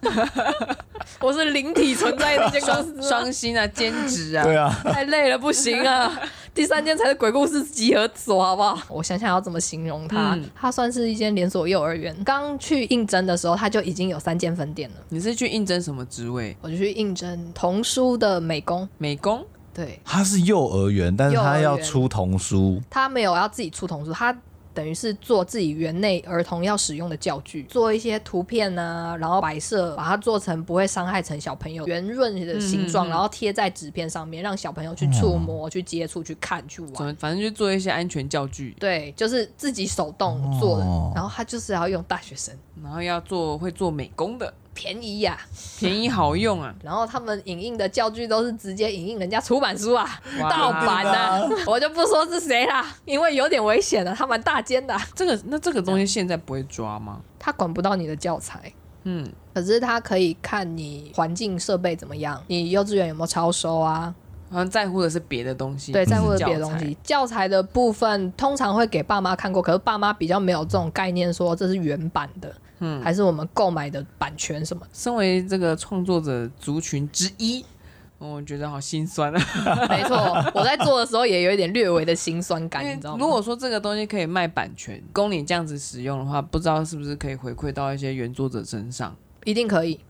[SPEAKER 3] 我是灵体存在的这间 公司吗，
[SPEAKER 1] 双薪啊，兼职啊，
[SPEAKER 2] 对 啊，
[SPEAKER 3] 太累了，不行啊！第三间才是鬼故事集合所，好不好？我想想要怎么形容它，
[SPEAKER 1] 嗯
[SPEAKER 3] 它算是一间连锁幼儿园。刚去应征的时候，它就已经有三间分店了。
[SPEAKER 1] 你是去应征什么职位？
[SPEAKER 3] 我就去应征童书的美工，
[SPEAKER 1] 美工？
[SPEAKER 3] 对
[SPEAKER 2] 他是幼儿园，但是
[SPEAKER 3] 幼儿
[SPEAKER 2] 他
[SPEAKER 3] 园
[SPEAKER 2] 要出童书，
[SPEAKER 3] 他没有要自己出童书，他等于是做自己园内儿童要使用的教具，做一些图片啊，然后摆设，把它做成不会伤害成小朋友圆润的形状，
[SPEAKER 1] 嗯嗯嗯
[SPEAKER 3] 然后贴在纸片上面，让小朋友去触摸、去接触、去看、去
[SPEAKER 1] 怎
[SPEAKER 3] 玩。
[SPEAKER 1] 么？反正就做一些安全教具，
[SPEAKER 3] 对，就是自己手动做的，
[SPEAKER 2] 哦
[SPEAKER 3] 然后他就是要用大学生，
[SPEAKER 1] 然后要做会做美工 的，
[SPEAKER 3] 便宜呀、
[SPEAKER 1] 便宜好用啊，
[SPEAKER 3] 然后他们影印的教具都是直接影印人家出版书啊，
[SPEAKER 1] 哇
[SPEAKER 3] 盗版的、
[SPEAKER 2] 一
[SPEAKER 3] 我就不说是谁啦，因为有点危险了、啊，他蛮大间的啊、
[SPEAKER 1] 这个那这个东西现在不会抓吗？
[SPEAKER 3] 他管不到你的教材。
[SPEAKER 1] 嗯，
[SPEAKER 3] 可是他可以看你环境设备怎么样，你幼稚园有没有超收啊？
[SPEAKER 1] 好像在乎的是别的东西，
[SPEAKER 3] 对，在乎
[SPEAKER 1] 不
[SPEAKER 3] 的
[SPEAKER 1] 是
[SPEAKER 3] 别的
[SPEAKER 1] 教
[SPEAKER 3] 东
[SPEAKER 1] 材
[SPEAKER 3] 西。教材的部分通常会给爸妈看过，可是爸妈比较没有这种概念，说这是原版的，
[SPEAKER 1] 嗯。
[SPEAKER 3] 还是我们购买的版权什么的
[SPEAKER 1] 身为这个创作者族群之一，哦我觉得好心酸啊。
[SPEAKER 3] 没错，我在做的时候也有一点略微的心酸感，
[SPEAKER 1] 因
[SPEAKER 3] 你
[SPEAKER 1] 为
[SPEAKER 3] 知道吗？
[SPEAKER 1] 如果说这个东西可以卖版权，供你这样子使用的话，不知道是不是可以回馈到一些原作者身上。
[SPEAKER 3] 一定可以，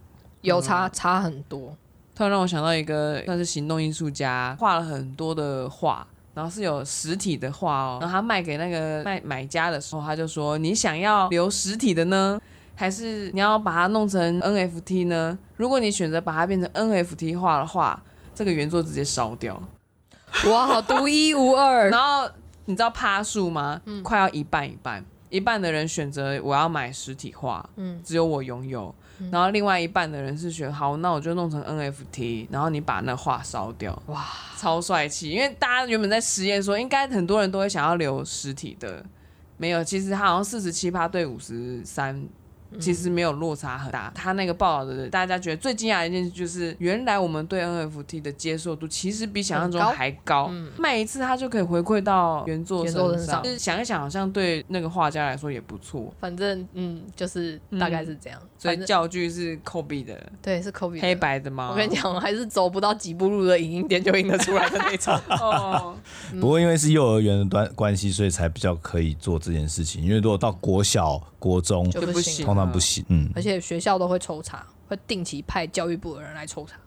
[SPEAKER 3] 有
[SPEAKER 1] 嗯
[SPEAKER 3] 差、差很多。
[SPEAKER 1] 突然让我想到一个，算是行动艺术家，画了很多的画。然后是有实体的画哦，然后他卖给那个卖买家的时候，他就说：“你想要留实体的呢，还是你要把它弄成 NFT 呢？如果你选择把它变成 NFT 画的话，这个原作直接烧掉。”
[SPEAKER 3] 哇，好独一无二。
[SPEAKER 1] 然后你知道趴数吗？快要一半一半，一一半的人选择我要买实体画，
[SPEAKER 3] 嗯
[SPEAKER 1] 只有我拥有，然后另外一半的人是选好，那我就弄成 NFT，然后你把那画烧掉，哇，超帅气！因为大家原本在实验说，应该很多人都会想要留实体的，没有，其实他好像四十七趴对五十三。
[SPEAKER 3] 嗯
[SPEAKER 1] 其实没有落差很大，他那个报道的，大家觉得最惊讶的一件事就是，原来我们对 NFT 的接受度其实比想象中
[SPEAKER 3] 很高嗯
[SPEAKER 1] 还高，卖一次它就可以回馈到原作
[SPEAKER 3] 原
[SPEAKER 1] 身
[SPEAKER 3] 作身上
[SPEAKER 1] 就是想一想，好像对那个画家来说也不错，
[SPEAKER 3] 反正嗯，就是大概是这样。
[SPEAKER 1] 嗯所以
[SPEAKER 3] 反正
[SPEAKER 1] 教具是 Kobe 的，
[SPEAKER 3] 对是 Kobe 的
[SPEAKER 1] 黑。白的吗？
[SPEAKER 3] 我跟你讲，我还是走不到几步路的影印店就印得出 来的那 种。
[SPEAKER 1] 哦，
[SPEAKER 2] 不过因为是幼儿园的关关系，所以才比较可以做这件事情。因为如果到国小、国中，
[SPEAKER 3] 就
[SPEAKER 1] 就
[SPEAKER 3] 不
[SPEAKER 1] 不
[SPEAKER 3] 行
[SPEAKER 1] 行，
[SPEAKER 2] 通常不。行。嗯，
[SPEAKER 3] 而且学校都会抽查，会定期派教育部的人来抽查。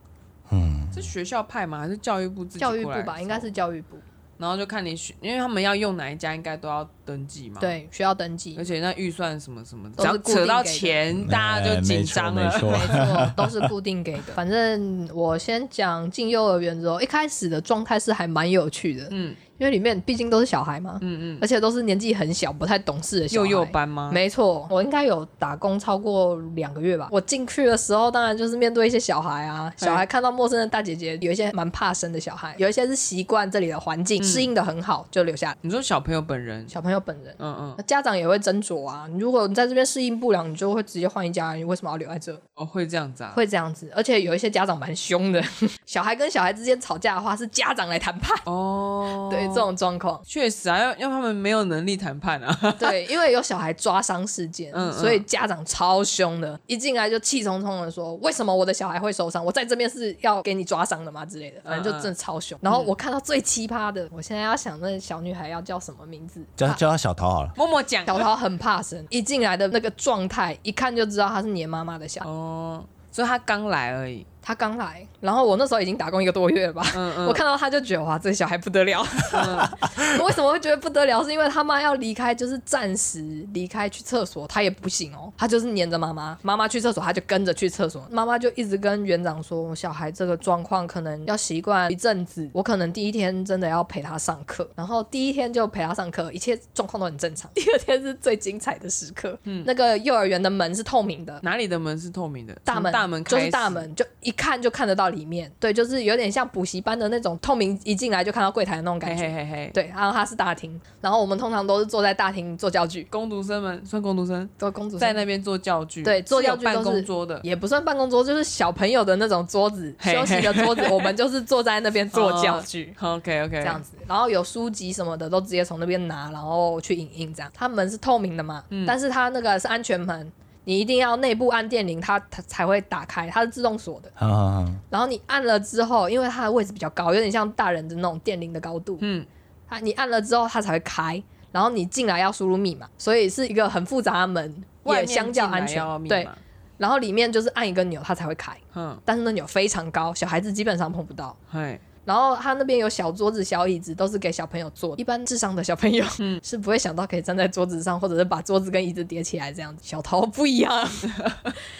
[SPEAKER 1] 是学校派吗？还是教育部自己
[SPEAKER 3] 教育
[SPEAKER 1] 过来
[SPEAKER 3] 部吧，
[SPEAKER 1] 抽
[SPEAKER 3] 应该是。教育部。
[SPEAKER 1] 然后就看你选，因为他们要用哪一家，应该都要登记嘛。。
[SPEAKER 3] 对，需要登记
[SPEAKER 1] 而。且那预算什么什么的，只
[SPEAKER 3] 都是
[SPEAKER 1] 要
[SPEAKER 3] 固定
[SPEAKER 1] 扯到
[SPEAKER 3] 给的
[SPEAKER 1] 钱，大家就
[SPEAKER 2] 哎
[SPEAKER 1] 紧张了
[SPEAKER 2] 没。错，没
[SPEAKER 3] 没
[SPEAKER 2] 错
[SPEAKER 3] 错，都是固定给的。反正我先讲进幼儿园之后，一开始的状态是还蛮有趣的，
[SPEAKER 1] 嗯
[SPEAKER 3] 因为里面毕竟都是小孩嘛，
[SPEAKER 1] 嗯嗯，
[SPEAKER 3] 而且都是年纪很小、不太懂事的小
[SPEAKER 1] 幼幼
[SPEAKER 3] 孩。
[SPEAKER 1] 班吗？
[SPEAKER 3] 没错，我应该有打工超过两个月吧。我进去的时候，当然就是面对一些小孩啊，小孩看到陌生的大姐姐，有一些蛮怕生的小孩，有一些是习惯这里的环境，适应的很好就留下来。
[SPEAKER 1] 你说小朋友本人，
[SPEAKER 3] 小朋友本人，
[SPEAKER 1] 嗯嗯，
[SPEAKER 3] 家长也会斟酌啊。你如果你在这边适应不了，你就会直接换一家，你为什么要留在这？
[SPEAKER 1] 哦，会这样子啊？
[SPEAKER 3] 会这样子，而且有一些家长蛮凶的， 小孩跟小孩之间吵架的话，是家长来谈判。
[SPEAKER 1] 哦，
[SPEAKER 3] 对这种状况，
[SPEAKER 1] 确实啊，要要他们没有能力谈判啊。
[SPEAKER 3] 对，因为有小孩抓伤事件，
[SPEAKER 1] 嗯嗯
[SPEAKER 3] 所以家长超凶的，一进来就气冲冲的说：“为什么我的小孩会受伤？我在这边是要给你抓伤的吗？”之类的，反正
[SPEAKER 1] 嗯
[SPEAKER 3] 就真的超凶。然后我看到最奇葩的，我现在要想那小女孩要叫什么名字？
[SPEAKER 2] 叫
[SPEAKER 3] 她
[SPEAKER 2] 叫他小桃好了。
[SPEAKER 1] 默默讲啊
[SPEAKER 3] 小桃很怕生，一进来的那个状态，一看就知道她是你的妈妈的小孩。
[SPEAKER 1] 哦，所以他刚来而已。
[SPEAKER 3] 她刚来，然后我那时候已经打工一个多月了吧，
[SPEAKER 1] 嗯嗯，
[SPEAKER 3] 我看到他就觉得哇，这小孩不得了。 为什么会觉得不得了？是因为他妈要离开，就是暂时离开去厕所，他也不行哦，他就是黏着妈妈，妈妈去厕所他就跟着去厕所，妈妈就一直跟园长说，我小孩这个状况可能要习惯一阵子，我可能第一天真的要陪他上课，然后第一天就陪他上课，一切状况都很正常。第二天是最精彩的时刻，
[SPEAKER 1] 嗯
[SPEAKER 3] 那个幼儿园的门是透明的，
[SPEAKER 1] 哪里的门是透明的？
[SPEAKER 3] 大
[SPEAKER 1] 从
[SPEAKER 3] 门，
[SPEAKER 1] 大门
[SPEAKER 3] 就
[SPEAKER 1] 开
[SPEAKER 3] 是
[SPEAKER 1] 始
[SPEAKER 3] 大。门，就一看就看得到里面。对，就是有点像补习班的那种透明，一进来就看到柜台的那种
[SPEAKER 1] 嘿
[SPEAKER 3] 感觉。
[SPEAKER 1] 嘿嘿嘿，
[SPEAKER 3] 对，然后它是大厅，然后我们通常都是坐在大厅做教具，
[SPEAKER 1] 工读生们算工读生，
[SPEAKER 3] 做公主
[SPEAKER 1] 在那边做教具，
[SPEAKER 3] 对做
[SPEAKER 1] 是有
[SPEAKER 3] 教具都
[SPEAKER 1] 办
[SPEAKER 3] 是
[SPEAKER 1] 公桌的，
[SPEAKER 3] 也不算办公桌，就是小朋友的那种桌子，
[SPEAKER 1] 嘿哦
[SPEAKER 3] 休息的桌子，我们就是坐在那边做教具。
[SPEAKER 1] OK OK，
[SPEAKER 3] 这样子，然后有书籍什么的都直接从那边拿，然后去影印这样。它门是透明的嘛，
[SPEAKER 1] 嗯
[SPEAKER 3] 但是它那个是安全门，你一定要内部按电铃，它它才会打开，它是自动锁的。
[SPEAKER 2] 好好好，
[SPEAKER 3] 然后你按了之后，因为它的位置比较高，有点像大人的那种电铃的高度，
[SPEAKER 1] 嗯，
[SPEAKER 3] 它你按了之后它才会开，然后你进来要输入密码，所以是一个很复杂的门，
[SPEAKER 1] 外
[SPEAKER 3] 也
[SPEAKER 1] 面
[SPEAKER 3] 相较安
[SPEAKER 1] 进来要
[SPEAKER 3] 全，
[SPEAKER 1] 密
[SPEAKER 3] 对
[SPEAKER 1] 码。，
[SPEAKER 3] 然后里面就是按一个钮它才会开，
[SPEAKER 1] 嗯，
[SPEAKER 3] 但是那钮非常高，小孩子基本上碰不到。
[SPEAKER 1] 嘿，
[SPEAKER 3] 然后它那边有小桌子、小椅子，都是给小朋友坐的。一般智商的小朋友、 是不会想到可以站在桌子上，或者是把桌子跟椅子叠起来这样子。小桃不一样，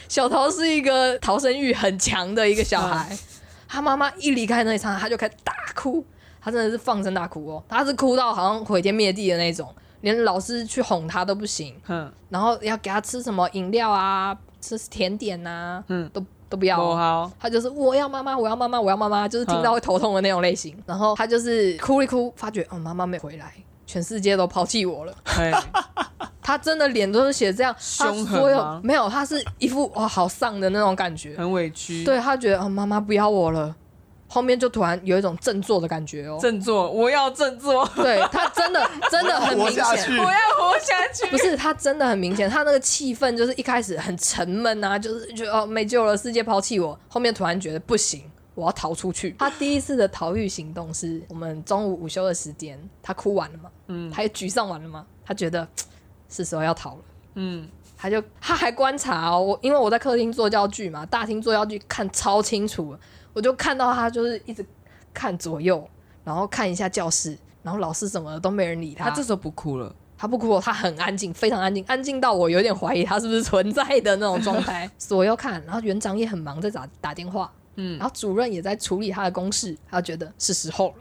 [SPEAKER 3] 小桃是一个逃生欲很强的一个小孩。他妈妈一离开那一刹那，他就开始大哭，他真的是放声大哭哦，他是哭到好像毁天灭地的那种，连老师去哄他都不行，
[SPEAKER 1] 哼，
[SPEAKER 3] 然后要给他吃什么饮料啊，吃甜点啊，
[SPEAKER 1] 嗯
[SPEAKER 3] 都都不要、
[SPEAKER 1] 不
[SPEAKER 3] 哦。
[SPEAKER 1] 好，
[SPEAKER 3] 他就是我要妈妈，我要妈妈，我要妈妈，就是听到会头痛的那种类型。
[SPEAKER 1] 嗯
[SPEAKER 3] 然后他就是哭一哭，发觉哦，妈妈没回来，全世界都抛弃我了。
[SPEAKER 1] 嘿，
[SPEAKER 3] 他真的脸都是写这样，他
[SPEAKER 1] 凶狠
[SPEAKER 3] 所有
[SPEAKER 1] 吗
[SPEAKER 3] 没有，他是一副哇好丧的那种感觉。
[SPEAKER 1] 很委屈，，
[SPEAKER 3] 对他觉得哦，妈妈不要我了，后面就突然有一种振作的感觉哦。
[SPEAKER 1] 振作，我要振 作，
[SPEAKER 3] 对他真的真的很明显，
[SPEAKER 1] 我要 活下去。
[SPEAKER 3] 不是，他真的很明显，他那个气氛就是一开始很沉闷啊，就是觉得哦没救了，世界抛弃我。后面突然觉得不行，我要逃出去。他第一次的逃狱行动是我们中午午休的时间，他哭完了嘛，嗯，他也沮丧完了嘛，他觉得嘖是时候要逃了。
[SPEAKER 1] 嗯，
[SPEAKER 3] 他就他还观察哦，我因为我在客厅做教具嘛，大厅做教具看超清楚了，我就看到他就是一直看左右，然后看一下教室，然后老师什么的都没人理
[SPEAKER 1] 他这时候不哭了，
[SPEAKER 3] 他不哭，哦他很安静，非常安静，安静到我有点怀疑他是不是存在的那种状态。左右看，然后园长也很忙，在打打电话，嗯，然后主任也在处理他的公事，他觉得是时候了，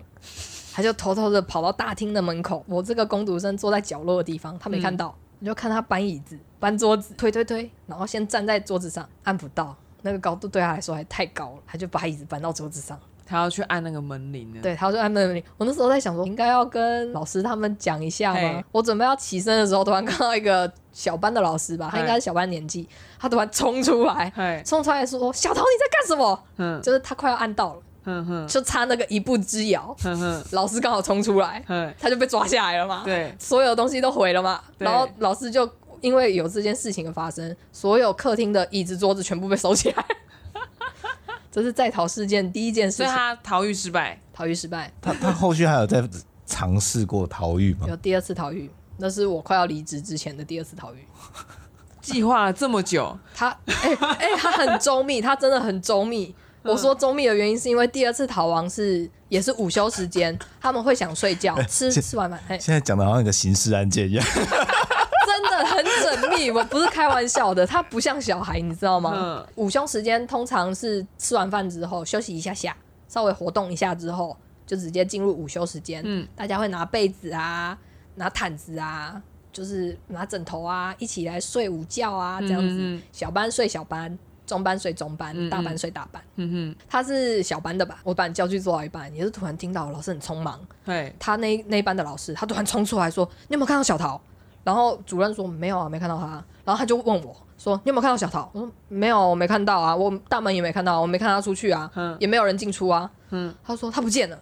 [SPEAKER 3] 他就偷偷的跑到大厅的门口，我这个工读生坐在角落的地方，他没看到，你就看他搬椅子、搬桌子，推推推，然后先站在桌子上，按不到，那个高度对他来说还太高了，他就把椅子搬到桌子上。
[SPEAKER 1] 他要去按那个门铃了。
[SPEAKER 3] 对，他就按门铃。我那时候在想说，应该要跟老师他们讲一下吗
[SPEAKER 1] 嘿？
[SPEAKER 3] 我准备要起身的时候，突然看到一个小班的老师吧，他
[SPEAKER 1] 嘿
[SPEAKER 3] 应该是小班年纪，他突然冲出来，
[SPEAKER 1] 嗨，
[SPEAKER 3] 冲出来说：“小桃你在干什么？”
[SPEAKER 1] 哼
[SPEAKER 3] 就是他快要按到了，
[SPEAKER 1] 哼哼
[SPEAKER 3] 就差那个一步之遥，
[SPEAKER 1] 哼哼
[SPEAKER 3] 老师刚好冲出来，
[SPEAKER 1] 哼，
[SPEAKER 3] 他就被抓下来了嘛。
[SPEAKER 1] 对，
[SPEAKER 3] 所有东西都毁了嘛。
[SPEAKER 1] 对
[SPEAKER 3] 然后老师就因为有这件事情的发生，所有客厅的椅子、桌子全部被收起来。 这是在逃事件第一件事
[SPEAKER 1] 所以
[SPEAKER 3] 情，
[SPEAKER 1] 他逃狱失败。
[SPEAKER 3] 逃狱失败，
[SPEAKER 2] 他他后续还有在尝试过逃狱吗？
[SPEAKER 3] 有第二次逃狱，那是我快要离职之前的第二次逃狱。
[SPEAKER 1] 计划了这么久，
[SPEAKER 3] 他， 哎、哎、他很周密，他真的很周密。我说周密的原因是因为第二次逃亡是也是午休时间，他们会想睡觉，吃
[SPEAKER 2] 是
[SPEAKER 3] 吃完饭，哎、
[SPEAKER 2] 现在讲的好像一个刑事案件 一样。
[SPEAKER 3] 真的很缜密，我不是开玩笑的，他不像小孩，你知道吗？
[SPEAKER 1] 嗯
[SPEAKER 3] 午休时间通常是吃完饭之后休息一下下，稍微活动一下之后，就直接进入午休时间。
[SPEAKER 1] 嗯
[SPEAKER 3] 大家会拿被子啊，拿毯子啊，就是拿枕头啊，一起来睡午觉啊，这样子。
[SPEAKER 1] 嗯嗯嗯
[SPEAKER 3] 小班睡小班，中班睡中班，
[SPEAKER 1] 嗯嗯
[SPEAKER 3] 大班睡大班。
[SPEAKER 1] 嗯
[SPEAKER 3] 他是小班的吧？我把你叫去做到一半，也是突然听到老师很匆忙，
[SPEAKER 1] 哼，对，
[SPEAKER 3] 他那那一班的老师，他突然冲出来说：“你有没有看到小桃？”然后主任说：“没有啊，没看到他。”然后他就问我说：“你有没有看到小桃？”我说：“没有，我没看到啊，我大门也没看到，我没看到他出去啊，
[SPEAKER 1] 嗯
[SPEAKER 3] 也没有人进出啊。”
[SPEAKER 1] 嗯
[SPEAKER 3] 他说：“他不见了。”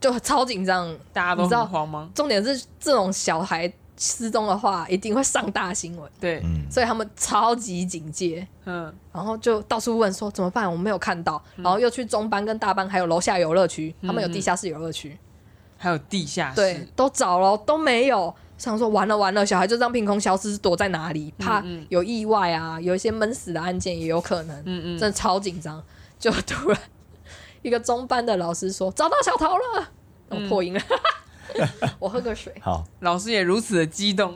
[SPEAKER 3] 就超紧张。
[SPEAKER 1] 大家都
[SPEAKER 3] 你知道
[SPEAKER 1] 很慌吗？
[SPEAKER 3] 重点是这种小孩失踪的话，一定会上大新闻，
[SPEAKER 1] 对，
[SPEAKER 2] 嗯，
[SPEAKER 3] 所以他们超级警戒。
[SPEAKER 1] 嗯
[SPEAKER 3] 然后就到处问说怎么办，我没有看到，然后又去中班跟大班，还有楼下游乐区，他们有地下室游乐区，
[SPEAKER 1] 还有地下室，
[SPEAKER 3] 对，都找了都没有，想说完了完了，小孩就这样凭空消失，躲在哪里？怕
[SPEAKER 1] 嗯
[SPEAKER 3] 有意外啊，有一些闷死的案件也有可能，
[SPEAKER 1] 嗯
[SPEAKER 3] 真
[SPEAKER 1] 嗯，
[SPEAKER 3] 的超紧张。就突然一个中班的老师说找到小桃了，
[SPEAKER 1] 嗯
[SPEAKER 3] 我破音了， 我喝个水，
[SPEAKER 2] 好，
[SPEAKER 1] 老师也如此的激 动，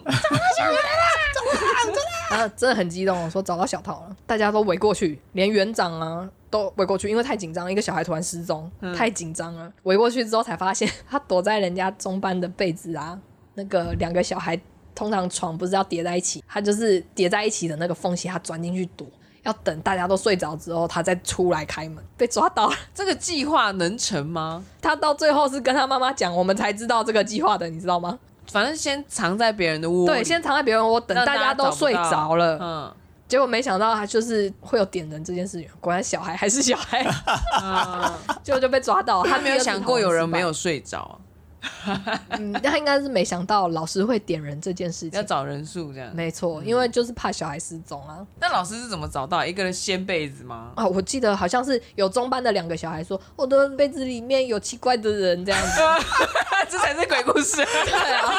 [SPEAKER 3] 然后真的很激动，我说找到小桃了，大家都围过去，连园长啊。都围过去，因为太紧张，一个小孩突然失踪，
[SPEAKER 1] 嗯
[SPEAKER 3] 太紧张了。围过去之后才发现，他躲在人家中班的被子啊，那个两个小孩通常床不是要叠在一起，他就是叠在一起的那个缝隙，他钻进去躲，要等大家都睡着之后，他再出来开门，被抓到了。
[SPEAKER 1] 这个计划能成吗？
[SPEAKER 3] 他到最后是跟他妈妈讲，我们才知道这个计划的，你知道吗？
[SPEAKER 1] 反正先藏在别人的窝里，
[SPEAKER 3] 对，先藏在别人窝，等
[SPEAKER 1] 让
[SPEAKER 3] 大家都
[SPEAKER 1] 找不
[SPEAKER 3] 睡
[SPEAKER 1] 到
[SPEAKER 3] 着了，
[SPEAKER 1] 嗯
[SPEAKER 3] 结果没想到他就是会有点人这件事情，果然小孩还是 小孩，
[SPEAKER 1] 嗯，
[SPEAKER 3] 结果就被抓到。
[SPEAKER 1] 他
[SPEAKER 3] 他
[SPEAKER 1] 没有想过有人没有，睡着啊，
[SPEAKER 3] 嗯，他应该是没想到老师会点人这件事
[SPEAKER 1] 要
[SPEAKER 3] 情。
[SPEAKER 1] 找嗯人数这样。
[SPEAKER 3] 没错，因为就是怕小孩失踪啊
[SPEAKER 1] 那老师是怎么找到？一个人掀被子 吗？
[SPEAKER 3] 啊！我记得好像是有中班的两个小孩说，我的被子里面有奇怪的人这样 子，
[SPEAKER 1] 这才是鬼故 事，
[SPEAKER 3] 对啊，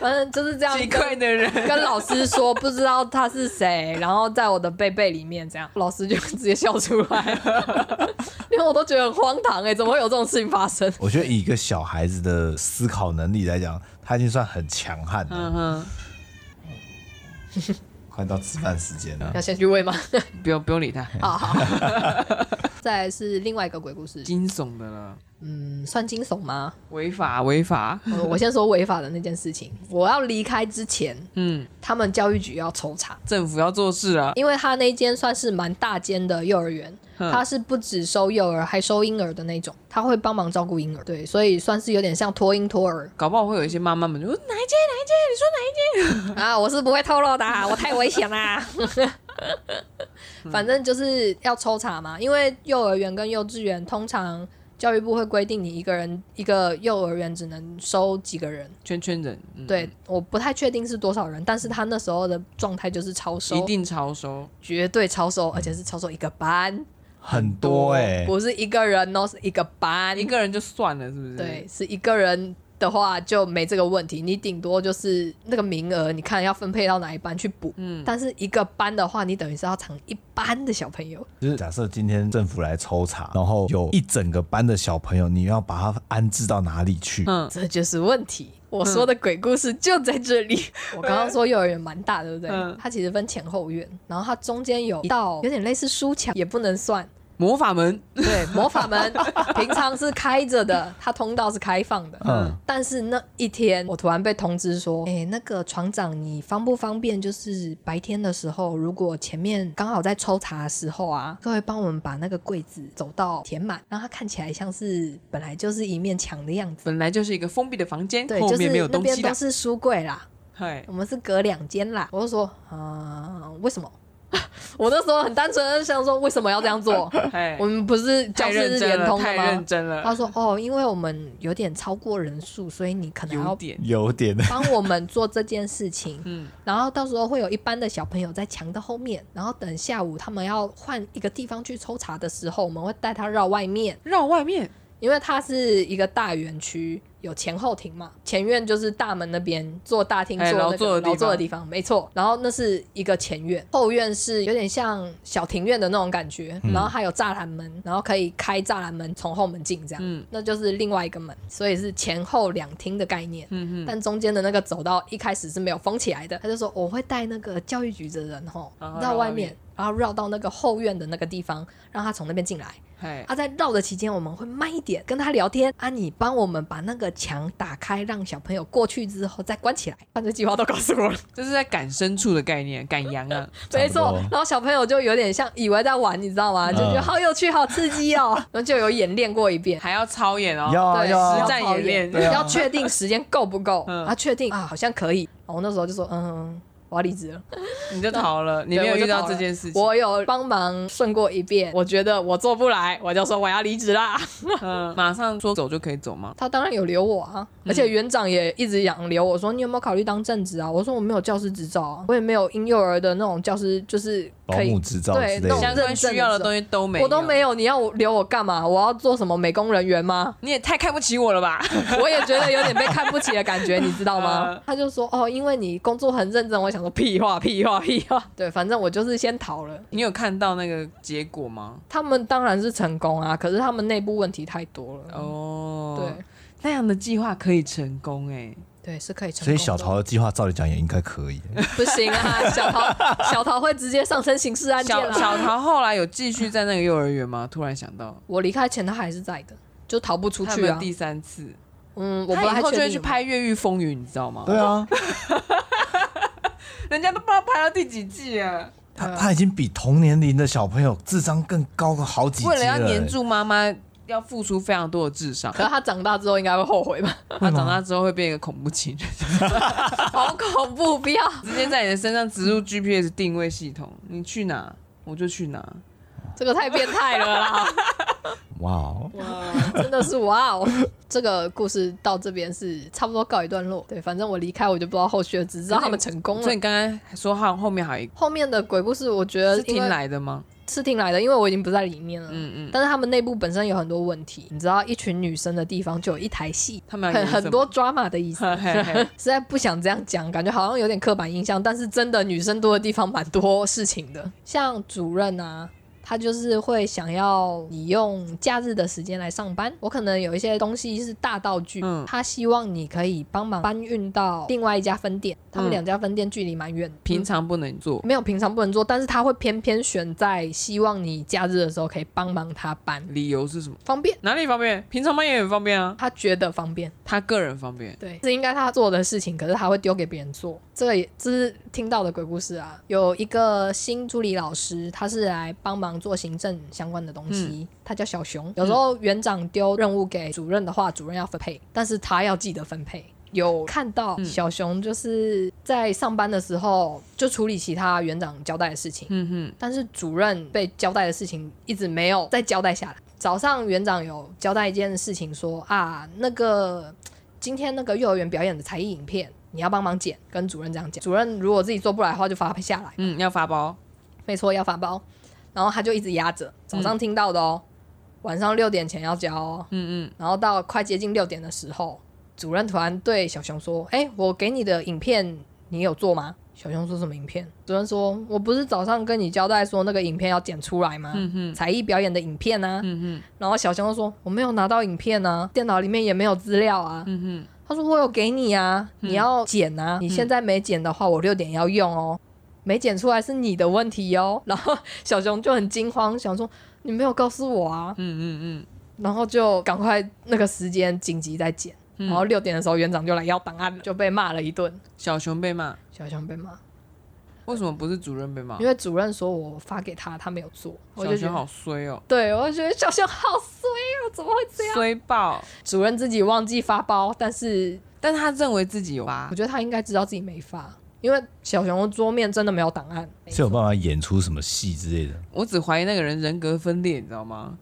[SPEAKER 3] 反正就是这样
[SPEAKER 1] 奇
[SPEAKER 3] 跟
[SPEAKER 1] 怪的人。
[SPEAKER 3] 跟老师说不知道他是谁，然后在我的背背里面这样，老师就直接笑出 来了，因为我都觉得很荒唐哎、怎么会有这种事情发生？
[SPEAKER 2] 我觉得以一个小孩子的思考能力来讲，他已经算很强悍了。
[SPEAKER 1] 嗯哼，
[SPEAKER 2] 快到吃饭时间了
[SPEAKER 1] 嗯
[SPEAKER 3] 要，先去喂吗？
[SPEAKER 1] 不用不用理他，
[SPEAKER 3] 好好。 再来是另外一个鬼故事，
[SPEAKER 1] 惊悚的了，
[SPEAKER 3] 嗯，算惊悚吗？
[SPEAKER 1] 违法违法。
[SPEAKER 3] 呃我先说违法的那件事情。 我要离开之前，
[SPEAKER 1] 嗯，
[SPEAKER 3] 他们教育局要抽查，
[SPEAKER 1] 政府要做事啊了。
[SPEAKER 3] 因为他那间算是蛮大间的幼儿园，
[SPEAKER 1] 嗯
[SPEAKER 3] 他是不只收幼儿，还收婴儿的那种，他会帮忙照顾婴儿，对，所以算是有点像托婴托儿
[SPEAKER 1] 搞不好会有一些妈妈们就说哪一间哪一间，你说哪一间？
[SPEAKER 3] 啊。我是不会透露的啊、我太危险啦。反正就是要抽查嘛，因为幼儿园跟幼稚园通常教育部会规定，你一个人一个幼儿园只能收几个人。
[SPEAKER 1] 圈圈人，嗯，
[SPEAKER 3] 对，我不太确定是多少人，但是他那时候的状态就是超收，
[SPEAKER 1] 一定超收。
[SPEAKER 3] 绝对超收，而且是超收一个班，
[SPEAKER 2] 很多哎、
[SPEAKER 3] 不是一个人哦，是一个班
[SPEAKER 1] 一。个人就算了，是不是？
[SPEAKER 3] 对，，是一个人的话就没这个问题，你顶多就是那个名额，你看要分配到哪一班去补。
[SPEAKER 1] 嗯
[SPEAKER 3] 但是一个班的话，你等于是要藏一班的小朋友，
[SPEAKER 2] 就是假设今天政府来抽查，然后有一整个班的小朋友，你要把他安置到哪里去？
[SPEAKER 1] 嗯，
[SPEAKER 3] 这就是问题。我说的鬼故事就在这 里。我刚刚说幼儿园蛮大，对不对
[SPEAKER 1] 嗯？
[SPEAKER 3] 它其实分前后院，然后它中间有一道有点类似书墙，也不能算。
[SPEAKER 1] 魔法门，
[SPEAKER 3] 对，魔法门平常是开着的，它通道是开放的。
[SPEAKER 2] 嗯，
[SPEAKER 3] 但是那一天，我突然被通知说，哎、那个船长，你方不方便？就是白天的时候，如果前面刚好在抽查的时候啊，各位帮我们把那个柜子走到填满，让它看起来像是本来就是一面墙的样子。
[SPEAKER 1] 本来就是一个封闭的房间，
[SPEAKER 3] 对，
[SPEAKER 1] 后
[SPEAKER 3] 就是
[SPEAKER 1] 面没有
[SPEAKER 3] 那
[SPEAKER 1] 东
[SPEAKER 3] 边
[SPEAKER 1] 西啊
[SPEAKER 3] 都
[SPEAKER 1] 的。
[SPEAKER 3] 是书柜啦，
[SPEAKER 1] 嗨，
[SPEAKER 3] 我们是隔两间啦。我就说，啊、为什么？ 我那时候很单纯的想说，为什么要这样 做？
[SPEAKER 1] 嗨
[SPEAKER 3] 我，们不是教
[SPEAKER 1] 太
[SPEAKER 3] 室
[SPEAKER 1] 认
[SPEAKER 3] 是
[SPEAKER 1] 真
[SPEAKER 3] 连
[SPEAKER 1] 了，
[SPEAKER 3] 通的
[SPEAKER 1] 太认
[SPEAKER 3] 吗？
[SPEAKER 1] 真 了，
[SPEAKER 3] 他说：“哦，因为我们有点超过人数，所以你可能
[SPEAKER 1] 有
[SPEAKER 3] 要
[SPEAKER 1] 点，。
[SPEAKER 2] 有点，
[SPEAKER 3] 帮我们做这件事情
[SPEAKER 1] 嗯，
[SPEAKER 3] 然后到时候会有一班的小朋友在墙的后面，然后等下午他们要换一个地方去抽查的时候，我们会带他绕外面，
[SPEAKER 1] 绕外面，
[SPEAKER 3] 因为它是一个大园区，有前后庭嘛，前院就是大门那边做大厅
[SPEAKER 1] 哎
[SPEAKER 3] 做那
[SPEAKER 1] 劳作的
[SPEAKER 3] 个
[SPEAKER 1] 地方
[SPEAKER 3] 劳作的地方，没错。然后那是一个前院，后院是有点像小庭院的那种感觉，然后还有栅栏门，然后可以开栅栏门从后门进这样，
[SPEAKER 1] 嗯
[SPEAKER 3] 那就是另外一个门，所以是前后两厅的概念。
[SPEAKER 1] 嗯哼，
[SPEAKER 3] 但中间的那个走道一开始是没有封起来的，他就说我会带那个教育局的人吼
[SPEAKER 1] 然后
[SPEAKER 3] 到
[SPEAKER 1] 啊绕
[SPEAKER 3] 外
[SPEAKER 1] 外面
[SPEAKER 3] 面，然后绕到那个后院的那个地方，让他从那边进来。
[SPEAKER 1] 嗨，
[SPEAKER 3] 啊，在绕的期间我们会慢一点跟他聊天啊，你帮我们把那个墙打开，让小朋友过去之后再关起来。犯罪计划都告诉 我了，
[SPEAKER 1] 这是在赶牲畜的概念，赶羊啊，
[SPEAKER 2] 差不多
[SPEAKER 3] 没错。然后小朋友就有点像以为在玩，你知道吗？就觉得
[SPEAKER 2] 嗯
[SPEAKER 3] 好有趣、好刺激哦， 然后就有演练过一 遍。
[SPEAKER 1] 还要操演哦，
[SPEAKER 2] 要啊
[SPEAKER 3] 对
[SPEAKER 2] 要
[SPEAKER 1] 实
[SPEAKER 2] 啊，
[SPEAKER 1] 战演练，
[SPEAKER 2] 对啊
[SPEAKER 3] 要确定时间够不够，
[SPEAKER 1] 嗯
[SPEAKER 3] 啊，确定啊，好像可以。然后我那时候就说，嗯，我要离职了。
[SPEAKER 1] 你就逃了，你没有
[SPEAKER 3] 对我
[SPEAKER 1] 遇
[SPEAKER 3] 就
[SPEAKER 1] 到
[SPEAKER 3] 倒
[SPEAKER 1] 这
[SPEAKER 3] 了
[SPEAKER 1] 件事情，
[SPEAKER 3] 我有帮忙顺过一遍，我觉得我做不来，我就说我要离职啦。
[SPEAKER 1] 嗯，马上说走就可以走吗？
[SPEAKER 3] 他当然有留我啊，
[SPEAKER 1] 嗯
[SPEAKER 3] 而且园长也一直想留我说你有没有考虑当正职啊？我说我没有教师执照啊，我也没有婴幼儿的那种教师，就是
[SPEAKER 2] 保
[SPEAKER 3] 可以
[SPEAKER 2] 姆执照
[SPEAKER 3] 对
[SPEAKER 2] 之类
[SPEAKER 3] 那种
[SPEAKER 1] 相
[SPEAKER 2] 的，
[SPEAKER 1] 关需要的东西都没有，？
[SPEAKER 3] 我都没有，你要我留我干嘛？我要做什么美工人员吗
[SPEAKER 1] 你也太看不起我了吧？
[SPEAKER 3] 我也觉得有点被看不起的感觉，你知道吗
[SPEAKER 1] 嗯？
[SPEAKER 3] 他就说哦，因为你工作很认真。我想说屁话屁话屁 话，对，反正我就是先逃了。
[SPEAKER 1] 你有看到那个结果吗？
[SPEAKER 3] 他们当然是成功啊，可是他们内部问题太多了。
[SPEAKER 1] 哦，
[SPEAKER 3] 嗯对，
[SPEAKER 1] 那样的计划可以成功哎、
[SPEAKER 3] 对，是可以
[SPEAKER 2] 所
[SPEAKER 3] 成功的。
[SPEAKER 2] 以小桃的计划照理讲也应该 可以。
[SPEAKER 3] 不行啊，小桃小桃会直接上升刑事案件啊
[SPEAKER 1] 小小
[SPEAKER 3] 了。
[SPEAKER 1] 桃后来有继续在那个幼儿园吗？突然想到，
[SPEAKER 3] 我离开前他还是在的，就逃不出
[SPEAKER 1] 他
[SPEAKER 3] 去
[SPEAKER 1] 们
[SPEAKER 3] 啊。
[SPEAKER 1] 第三次，
[SPEAKER 3] 嗯，我不
[SPEAKER 1] 他以
[SPEAKER 3] 太
[SPEAKER 1] 后
[SPEAKER 3] 确
[SPEAKER 1] 就
[SPEAKER 3] 定
[SPEAKER 1] 会
[SPEAKER 3] 有
[SPEAKER 1] 去
[SPEAKER 3] 没有
[SPEAKER 1] 拍《越狱风云》，你知道吗？
[SPEAKER 2] 对啊，
[SPEAKER 1] 人家都不知道拍到第几季了。
[SPEAKER 2] 他他已经比同年龄的小朋友智商更高个好几阶
[SPEAKER 1] 为了要
[SPEAKER 2] 欸
[SPEAKER 1] 黏住妈妈，要付出非常多的智商。
[SPEAKER 3] 可是他长大之后应该会后 悔吧？
[SPEAKER 1] 他长大之后会变一个恐怖情人，
[SPEAKER 3] 好恐怖，不要！
[SPEAKER 1] 直接在你的身上植入 GPS 定位系统，你去哪我就去哪。
[SPEAKER 3] 这个太变态了啦！
[SPEAKER 2] 哇哦，
[SPEAKER 3] 真的是哇哦！这个故事到这边是差不多告一段落。对，反正我离开我就不知道后续了，只知道他们成功
[SPEAKER 1] 所以
[SPEAKER 3] 了。
[SPEAKER 1] 你刚刚还说后后面还有一个
[SPEAKER 3] 后面的鬼故事，我觉得
[SPEAKER 1] 是
[SPEAKER 3] 因
[SPEAKER 1] 听
[SPEAKER 3] 为
[SPEAKER 1] 来的吗？
[SPEAKER 3] 是听来的，因为我已经不在里面了。
[SPEAKER 1] 嗯嗯，
[SPEAKER 3] 但是他们内部本身有很多问题，你知道，一群女生的地方就有一台戏，
[SPEAKER 1] 他们要
[SPEAKER 3] 很
[SPEAKER 1] 啊演什么
[SPEAKER 3] 很多 drama 的意思。
[SPEAKER 1] 嘿嘿嘿
[SPEAKER 3] 实在不想这样讲，感觉好像有点刻板印象，但是真的女生多的地方蛮多事情的，像主任啊。他就是会想要你用假日的时间来上班。我可能有一些东西是大道具，
[SPEAKER 1] 嗯
[SPEAKER 3] 他希望你可以帮忙搬运到另外一家分店。他们
[SPEAKER 1] 嗯
[SPEAKER 3] 两家分店距离蛮远，
[SPEAKER 1] 平常不能做，
[SPEAKER 3] 没有平常不能做，但是他会偏偏选在希望你假日的时候可以帮忙他搬，
[SPEAKER 1] 理由是什么？
[SPEAKER 3] 方便，
[SPEAKER 1] 哪里方便？平常班也很方便啊，
[SPEAKER 3] 他觉得方便。
[SPEAKER 1] 他个人方便。
[SPEAKER 3] 对，是应该他做的事情，可是他会丢给别人做。这个也这是听到的鬼故事啊。有一个新助理老师，他是来帮忙做行政相关的东
[SPEAKER 1] 嗯
[SPEAKER 3] 西，他叫小熊。有时候园长丢任务给主任的话，主任要分配，但是他要记得分配。有看到
[SPEAKER 1] 嗯
[SPEAKER 3] 小熊就是在上班的时候就处理其他园长交代的事情，
[SPEAKER 1] 嗯哼，
[SPEAKER 3] 但是主任被交代的事情一直没有再交代下来。早上园长有交代一件事情说啊，那个今天那个幼儿园表演的才艺影片，你要帮忙剪，跟主任这样讲。主任如果自己做不来的话，就罚下来。
[SPEAKER 1] 嗯，要发包。
[SPEAKER 3] 没错，要罚包。然后他就一直压着，早上听到的哦，晚上六点前要交哦。
[SPEAKER 1] 嗯嗯，
[SPEAKER 3] 然后到快接近六点的时候，主任突然对小熊说：“哎、我给你的影片，你有做吗？”小熊说什么影片？主任说：“我不是早上跟你交代说那个影片要剪出来吗？才艺表演的影片啊。
[SPEAKER 1] 嗯
[SPEAKER 3] 然后小熊就说：“我没有拿到影片啊，电脑里面也没有资料啊。
[SPEAKER 1] 嗯
[SPEAKER 3] 他说：“我有给你啊，你要剪啊，你现在没剪的话，我六点 要用哦。没剪出来是你的问题哦。”然后小熊就很惊慌，想说：“你没有告诉我啊，
[SPEAKER 1] 嗯嗯
[SPEAKER 3] 然后就赶快那个时间紧急再剪，
[SPEAKER 1] 嗯，
[SPEAKER 3] 然后六点的时候园长就来要档案了，就被骂了一顿，
[SPEAKER 1] 小熊被骂，
[SPEAKER 3] 小熊被骂，
[SPEAKER 1] 啊为什么不是主任被骂
[SPEAKER 3] 因？为主任说我发给他，他没有做，我
[SPEAKER 1] 小
[SPEAKER 3] 就觉
[SPEAKER 1] 熊
[SPEAKER 3] 得，
[SPEAKER 1] 好衰哦，
[SPEAKER 3] 对我就觉得小熊好衰哦，怎么会这样？
[SPEAKER 1] 衰爆！
[SPEAKER 3] 主任自己忘记发包，但是
[SPEAKER 1] 但是他认为自己有吧
[SPEAKER 3] 我？觉得他应该知道自己没发，因为小熊的桌面真的没有档案，
[SPEAKER 2] 是有办法演出什么戏之类的。
[SPEAKER 1] 我只怀疑那个人人格分裂，你知道吗？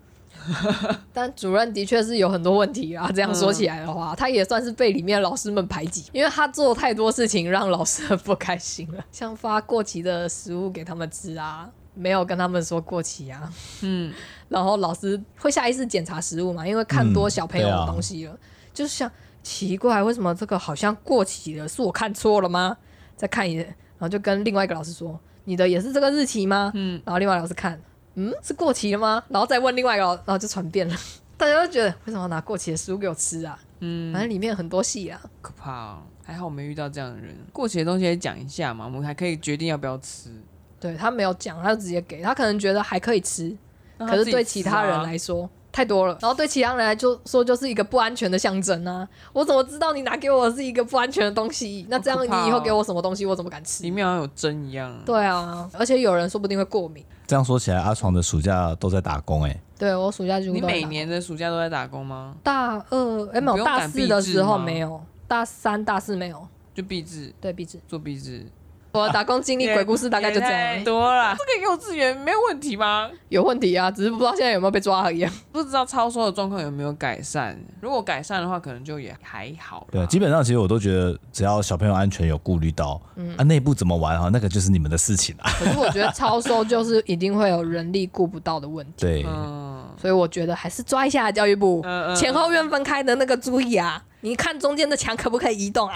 [SPEAKER 3] 但主任的确是有很多问题啊。这样
[SPEAKER 1] 嗯
[SPEAKER 3] 说起来的话，他也算是被里面老师们排挤，因为他做太多事情让老师很不开心了，像发过期的食物给他们吃啊，没有跟他们说过期啊。
[SPEAKER 1] 嗯，
[SPEAKER 3] 然后老师会下意识检查食物嘛，因为看多小朋友
[SPEAKER 2] 嗯对
[SPEAKER 3] 的
[SPEAKER 2] 啊
[SPEAKER 3] 东西了，就想奇怪为什么这个好像过期了，是我看错了吗？再看一眼，然后就跟另外一个老师说，你的也是这个日期吗？
[SPEAKER 1] 嗯，
[SPEAKER 3] 然后另外老师看，嗯，是过期了吗？然后再问另外一个老，然后就传遍了。 大家都觉得为什么要拿过期的食物给我吃啊？
[SPEAKER 1] 嗯
[SPEAKER 3] 反正里面很多戏啊，
[SPEAKER 1] 可怕哦！还好我没遇到这样的人。过期的东西也讲一下嘛，我们还可以决定要不要吃。
[SPEAKER 3] 对他没有讲，他就直接给他，可能觉得还可以吃，
[SPEAKER 1] 那他
[SPEAKER 3] 可是
[SPEAKER 1] 自己
[SPEAKER 3] 对
[SPEAKER 1] 吃
[SPEAKER 3] 其他人
[SPEAKER 1] 啊
[SPEAKER 3] 来说太多了，然后对其他人来就说就是一个不安全的象征啊！我怎么知道你拿给我的是一个不安全的东西？那这样
[SPEAKER 1] 好可怕哦
[SPEAKER 3] 你以后给我什么东西，我怎么敢吃
[SPEAKER 1] 里？面好像有针一样。
[SPEAKER 3] 对啊，而且有人说不定会过敏。
[SPEAKER 2] 这样说起来，阿床的暑假都在打工哎、
[SPEAKER 3] 对我暑假就
[SPEAKER 1] 你每年的暑假都在打工吗？
[SPEAKER 3] 大二哎没
[SPEAKER 1] 不
[SPEAKER 3] 有
[SPEAKER 1] 用
[SPEAKER 3] 大
[SPEAKER 1] 赶
[SPEAKER 3] 四的
[SPEAKER 1] 壁纸
[SPEAKER 3] 时候
[SPEAKER 1] 吗
[SPEAKER 3] 没有，大三大四没有。
[SPEAKER 1] 就壁纸
[SPEAKER 3] 对壁纸，
[SPEAKER 1] 做壁纸，
[SPEAKER 3] 我的打工 经历
[SPEAKER 1] 也
[SPEAKER 3] 鬼故事大概就这
[SPEAKER 1] 也太
[SPEAKER 3] 样，
[SPEAKER 1] 多了。这个幼稚园没有问题吗？
[SPEAKER 3] 有问题啊，只是不知道现在有没有被抓而已。啊
[SPEAKER 1] 不知道超收的状况有没有改善？如果改善的话，可能就也还好啦。
[SPEAKER 2] 对啊，基本上其实我都觉得，只要小朋友安全有顾虑到，
[SPEAKER 1] 嗯
[SPEAKER 2] 啊内部怎么玩哈，那个就是你们的事情啊。
[SPEAKER 3] 可是我觉得超收就是一定会有人力顾不到的问题，
[SPEAKER 2] 对，
[SPEAKER 1] 嗯
[SPEAKER 3] 所以我觉得还是抓一下教育部。
[SPEAKER 1] 嗯嗯，
[SPEAKER 3] 前后院分开的那个注意啊，你看中间的墙可不可以移动啊？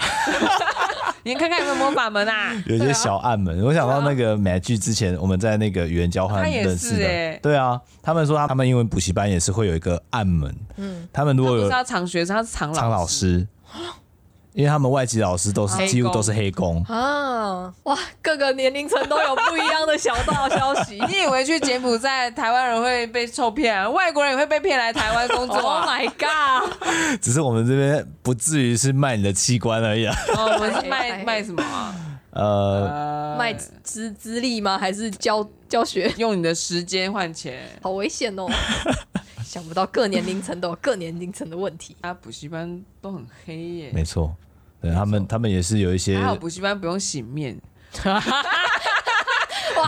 [SPEAKER 1] 你看看有没有魔法门啊？
[SPEAKER 2] 有一些小暗门。我想到那个美剧之前我们在那个语言交
[SPEAKER 1] 他
[SPEAKER 2] 换
[SPEAKER 1] 也
[SPEAKER 2] 认识
[SPEAKER 1] 是
[SPEAKER 2] 的，
[SPEAKER 1] 欸
[SPEAKER 2] 对啊，他们说他他们英文补习班也是会有一个暗门，嗯，他们如
[SPEAKER 1] 他
[SPEAKER 2] 果
[SPEAKER 1] 不
[SPEAKER 2] 有
[SPEAKER 1] 是要藏学生，他是藏
[SPEAKER 2] 常老
[SPEAKER 1] 师。
[SPEAKER 2] 师， 因为他们外籍老师都
[SPEAKER 1] 黑
[SPEAKER 2] 是
[SPEAKER 1] 工。
[SPEAKER 2] 几乎都是黑工，
[SPEAKER 3] 啊，哇，各个年龄层都有不一样的小道消息
[SPEAKER 1] 你以为去柬埔寨台湾人会被受骗、啊， 外国人也会被骗来台湾工
[SPEAKER 3] Oh
[SPEAKER 1] 作、 啊？
[SPEAKER 3] my god！
[SPEAKER 2] 只是我们这边不至于是卖你的器官而已啊。
[SPEAKER 1] 哦，我们是卖卖什么、啊？
[SPEAKER 2] 呃，
[SPEAKER 1] 呃，
[SPEAKER 3] 卖资资历吗？还是教教学？
[SPEAKER 1] 用你的时间换钱。
[SPEAKER 3] 好危险 哦！想不到各年龄层都有各年龄层的问题。
[SPEAKER 1] 啊，补习班都很黑耶，
[SPEAKER 2] 没错，对他们他们也是有一些
[SPEAKER 1] 还好补习班不用洗面。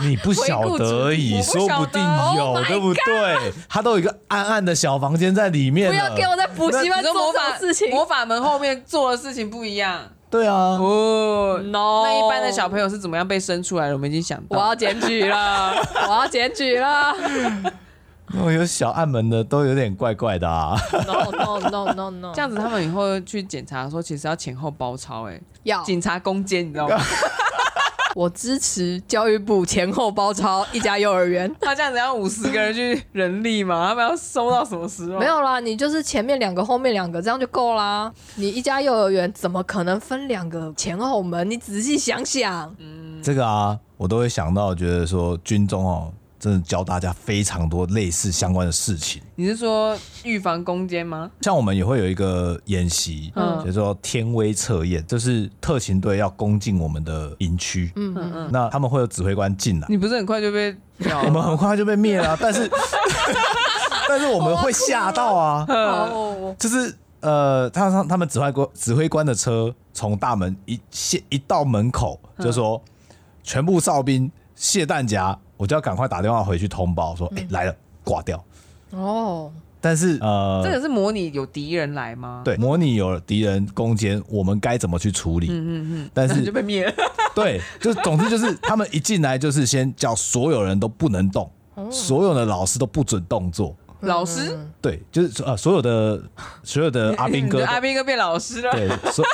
[SPEAKER 2] 你不晓得而已，
[SPEAKER 1] 回顾主题
[SPEAKER 2] 说
[SPEAKER 1] 我不晓得
[SPEAKER 2] 不定
[SPEAKER 3] Oh
[SPEAKER 2] 有
[SPEAKER 3] my，
[SPEAKER 2] 对不对？他都有一个暗暗的小房间在里面
[SPEAKER 3] 不
[SPEAKER 2] 了
[SPEAKER 3] 要给我在补习班
[SPEAKER 1] 你说魔
[SPEAKER 3] 做这
[SPEAKER 1] 法
[SPEAKER 3] 种事情。
[SPEAKER 1] 魔法门后面做的事情不一样
[SPEAKER 2] 对啊，
[SPEAKER 1] 哦。
[SPEAKER 3] No，
[SPEAKER 1] 那一般的小朋友是怎么样被生出来的？我们已经想
[SPEAKER 3] 我
[SPEAKER 1] 到。
[SPEAKER 3] 要检举了，我要检举了。
[SPEAKER 2] 那种有小暗门的都有点怪怪的啊。
[SPEAKER 3] No no no no no，
[SPEAKER 1] 这 样子，他们以后去检查的时候，其实要前后包抄、欸，
[SPEAKER 3] 要
[SPEAKER 1] 警察攻坚，你知道吗？
[SPEAKER 3] 我支持教育部前后包抄一家幼儿 园。
[SPEAKER 1] 他这样子要五十个人去人力嘛？他们要收到什么时候？
[SPEAKER 3] 没有啦，你就是前面两个，后面两个，这样就够啦。你一家幼儿园怎么可能分两个前后门？你仔细想想，
[SPEAKER 2] 这个啊，我都会想到，觉得说军中哦，真的教大家非常多类似相关的事情。
[SPEAKER 1] 你是说预防攻坚吗？
[SPEAKER 2] 像我们也会有一个演习，
[SPEAKER 1] 嗯
[SPEAKER 2] 叫做天威测验，就是特勤队要攻进我们的营区，
[SPEAKER 3] 嗯
[SPEAKER 1] 嗯嗯，
[SPEAKER 2] 那他们会有指挥官进来，
[SPEAKER 1] 你不是很快就被秒
[SPEAKER 2] 我们很快就被灭了啊，但是但是我们会吓到啊，
[SPEAKER 3] 哦，
[SPEAKER 2] 就是呃，他他他们指挥官指挥官的车从大门一卸一到门口，就说、
[SPEAKER 1] 嗯
[SPEAKER 2] 全部哨兵卸弹夹，我就要赶快打电话回去通报说，哎、来了，挂掉。
[SPEAKER 3] 哦，
[SPEAKER 2] 但是
[SPEAKER 1] 嗯这
[SPEAKER 2] 呃，
[SPEAKER 1] 个是模拟有敌人来吗？，
[SPEAKER 2] 对，模拟有敌人攻坚，我们该怎么去处理？
[SPEAKER 1] 嗯嗯
[SPEAKER 2] 但
[SPEAKER 1] 嗯，
[SPEAKER 2] 是
[SPEAKER 1] 就被灭了。
[SPEAKER 2] 对，就总之就是他们一进来就是先叫所有人都不能动，
[SPEAKER 1] 哦
[SPEAKER 2] 所有的老师都不准动作。
[SPEAKER 1] 老师，
[SPEAKER 3] 嗯
[SPEAKER 2] 对，就是说呃，所有的所有的阿兵
[SPEAKER 1] 你
[SPEAKER 2] 哥
[SPEAKER 1] 的，阿兵哥变老师了。
[SPEAKER 2] 对，所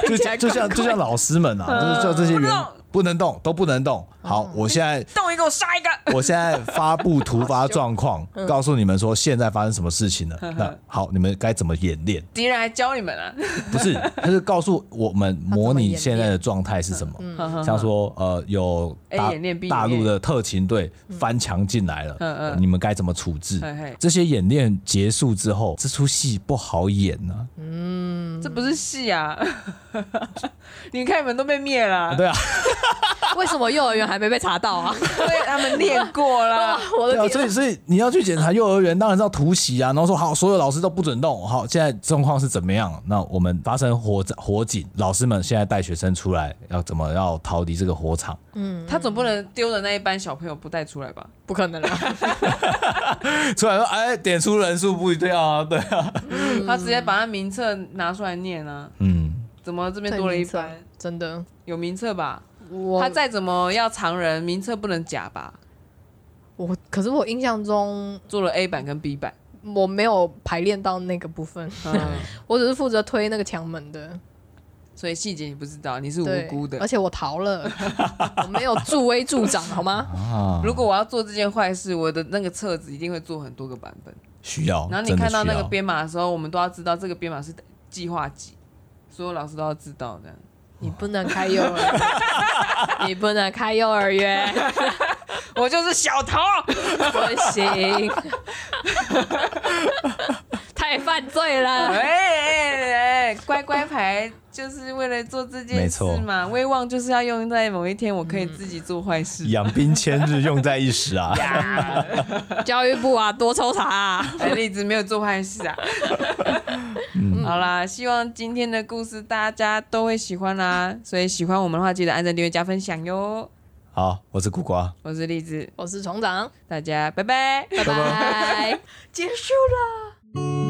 [SPEAKER 2] 就
[SPEAKER 3] 听起来
[SPEAKER 2] 就像
[SPEAKER 3] 怪
[SPEAKER 1] 嗯
[SPEAKER 3] 怪
[SPEAKER 2] 就像老师们啊，就是叫这些
[SPEAKER 1] 不
[SPEAKER 2] 员
[SPEAKER 1] 动
[SPEAKER 2] 不能动，都不能动。
[SPEAKER 1] 嗯
[SPEAKER 2] 好，我现在
[SPEAKER 1] 动一个我杀一个。
[SPEAKER 2] 我现在发布突发状况，
[SPEAKER 1] 嗯
[SPEAKER 2] 告诉你们说现在发生什么事情了。那好，你们该怎么演练？
[SPEAKER 1] 敌人还教你们啊，
[SPEAKER 2] 不是，他是告诉我们模拟现在的状态是什
[SPEAKER 3] 嗯
[SPEAKER 2] 么，像说呃有
[SPEAKER 1] 嗯 A
[SPEAKER 2] 大
[SPEAKER 1] 演练 B 演练
[SPEAKER 2] 大陆的特勤队翻墙进来了，
[SPEAKER 1] 嗯嗯嗯
[SPEAKER 2] 呃你们该怎么处置
[SPEAKER 1] 嘿嘿？
[SPEAKER 2] 这些演练结束之后，这出戏不好演啊呢。
[SPEAKER 3] 嗯
[SPEAKER 1] 这不是戏啊！ 你看你们都被灭了，
[SPEAKER 2] 对啊，
[SPEAKER 3] 为什么幼儿园还没被查到啊？
[SPEAKER 1] 因为他们练过了。
[SPEAKER 3] 我
[SPEAKER 2] 对
[SPEAKER 3] 的
[SPEAKER 2] 啊，
[SPEAKER 3] 天，
[SPEAKER 2] 所以所以你要去检查幼儿园，当然是要突袭啊，然后说好，所有老师都不准动，好，现在状况是怎么样？那我们发生火火警，老师们现在带学生出来，要怎么要逃离这个火场？
[SPEAKER 1] 嗯
[SPEAKER 3] 嗯
[SPEAKER 1] 他总不能丢的那一班小朋友不带出来吧？
[SPEAKER 3] 不可能 啊！
[SPEAKER 2] 出来说，哎，点出人数不一定啊，对啊，
[SPEAKER 3] 嗯
[SPEAKER 1] 他直接把他名册拿出来念啊，
[SPEAKER 2] 嗯，
[SPEAKER 1] 怎么这边多了一班？
[SPEAKER 3] 真的，
[SPEAKER 1] 有名册吧？
[SPEAKER 3] 我
[SPEAKER 1] 他再怎么要藏人，名册不能假吧？
[SPEAKER 3] 我，可是我印象中
[SPEAKER 1] 做了 A 版跟 B 版，
[SPEAKER 3] 我没有排练到那个部分，
[SPEAKER 1] 嗯，
[SPEAKER 3] 我只是负责推那个墙门的，
[SPEAKER 1] 所以细节你不知道，你是
[SPEAKER 3] 对
[SPEAKER 1] 无辜的
[SPEAKER 3] 而。且我逃 了，我没有助威助长，好吗？
[SPEAKER 2] 啊，
[SPEAKER 1] 如果我要做这件坏事，我的那个册子一定会做很多个版本。
[SPEAKER 2] 需要，
[SPEAKER 1] 然后你
[SPEAKER 2] 真的
[SPEAKER 1] 看到
[SPEAKER 2] 需
[SPEAKER 1] 那个
[SPEAKER 2] 要
[SPEAKER 1] 编码的时候，我们都要知道这个编码是计划几，所有老师都要知道的。
[SPEAKER 3] 你不能开幼儿园，你不能开幼儿园，
[SPEAKER 1] 我就是小偷，
[SPEAKER 3] 不行，太犯
[SPEAKER 1] 哎
[SPEAKER 3] 罪了。
[SPEAKER 1] 哎哎，乖乖牌就是为了做这件
[SPEAKER 2] 没
[SPEAKER 1] 事
[SPEAKER 2] 错
[SPEAKER 1] 嘛，威望就是要用在某一天，我可以自己做坏事。
[SPEAKER 2] 养兵千日，用在一 时啊。
[SPEAKER 3] 教育部啊，多抽查、啊。
[SPEAKER 1] 哎，栗子没有做坏事啊。 好啦，希望今天的故事大家都会喜欢啦。所以喜欢我们的话，记得按赞、订阅、加分享哟。
[SPEAKER 2] 好，我是苦瓜，
[SPEAKER 1] 我是栗子，
[SPEAKER 3] 我是船长，
[SPEAKER 1] 大家拜拜。
[SPEAKER 3] 拜拜，结束了。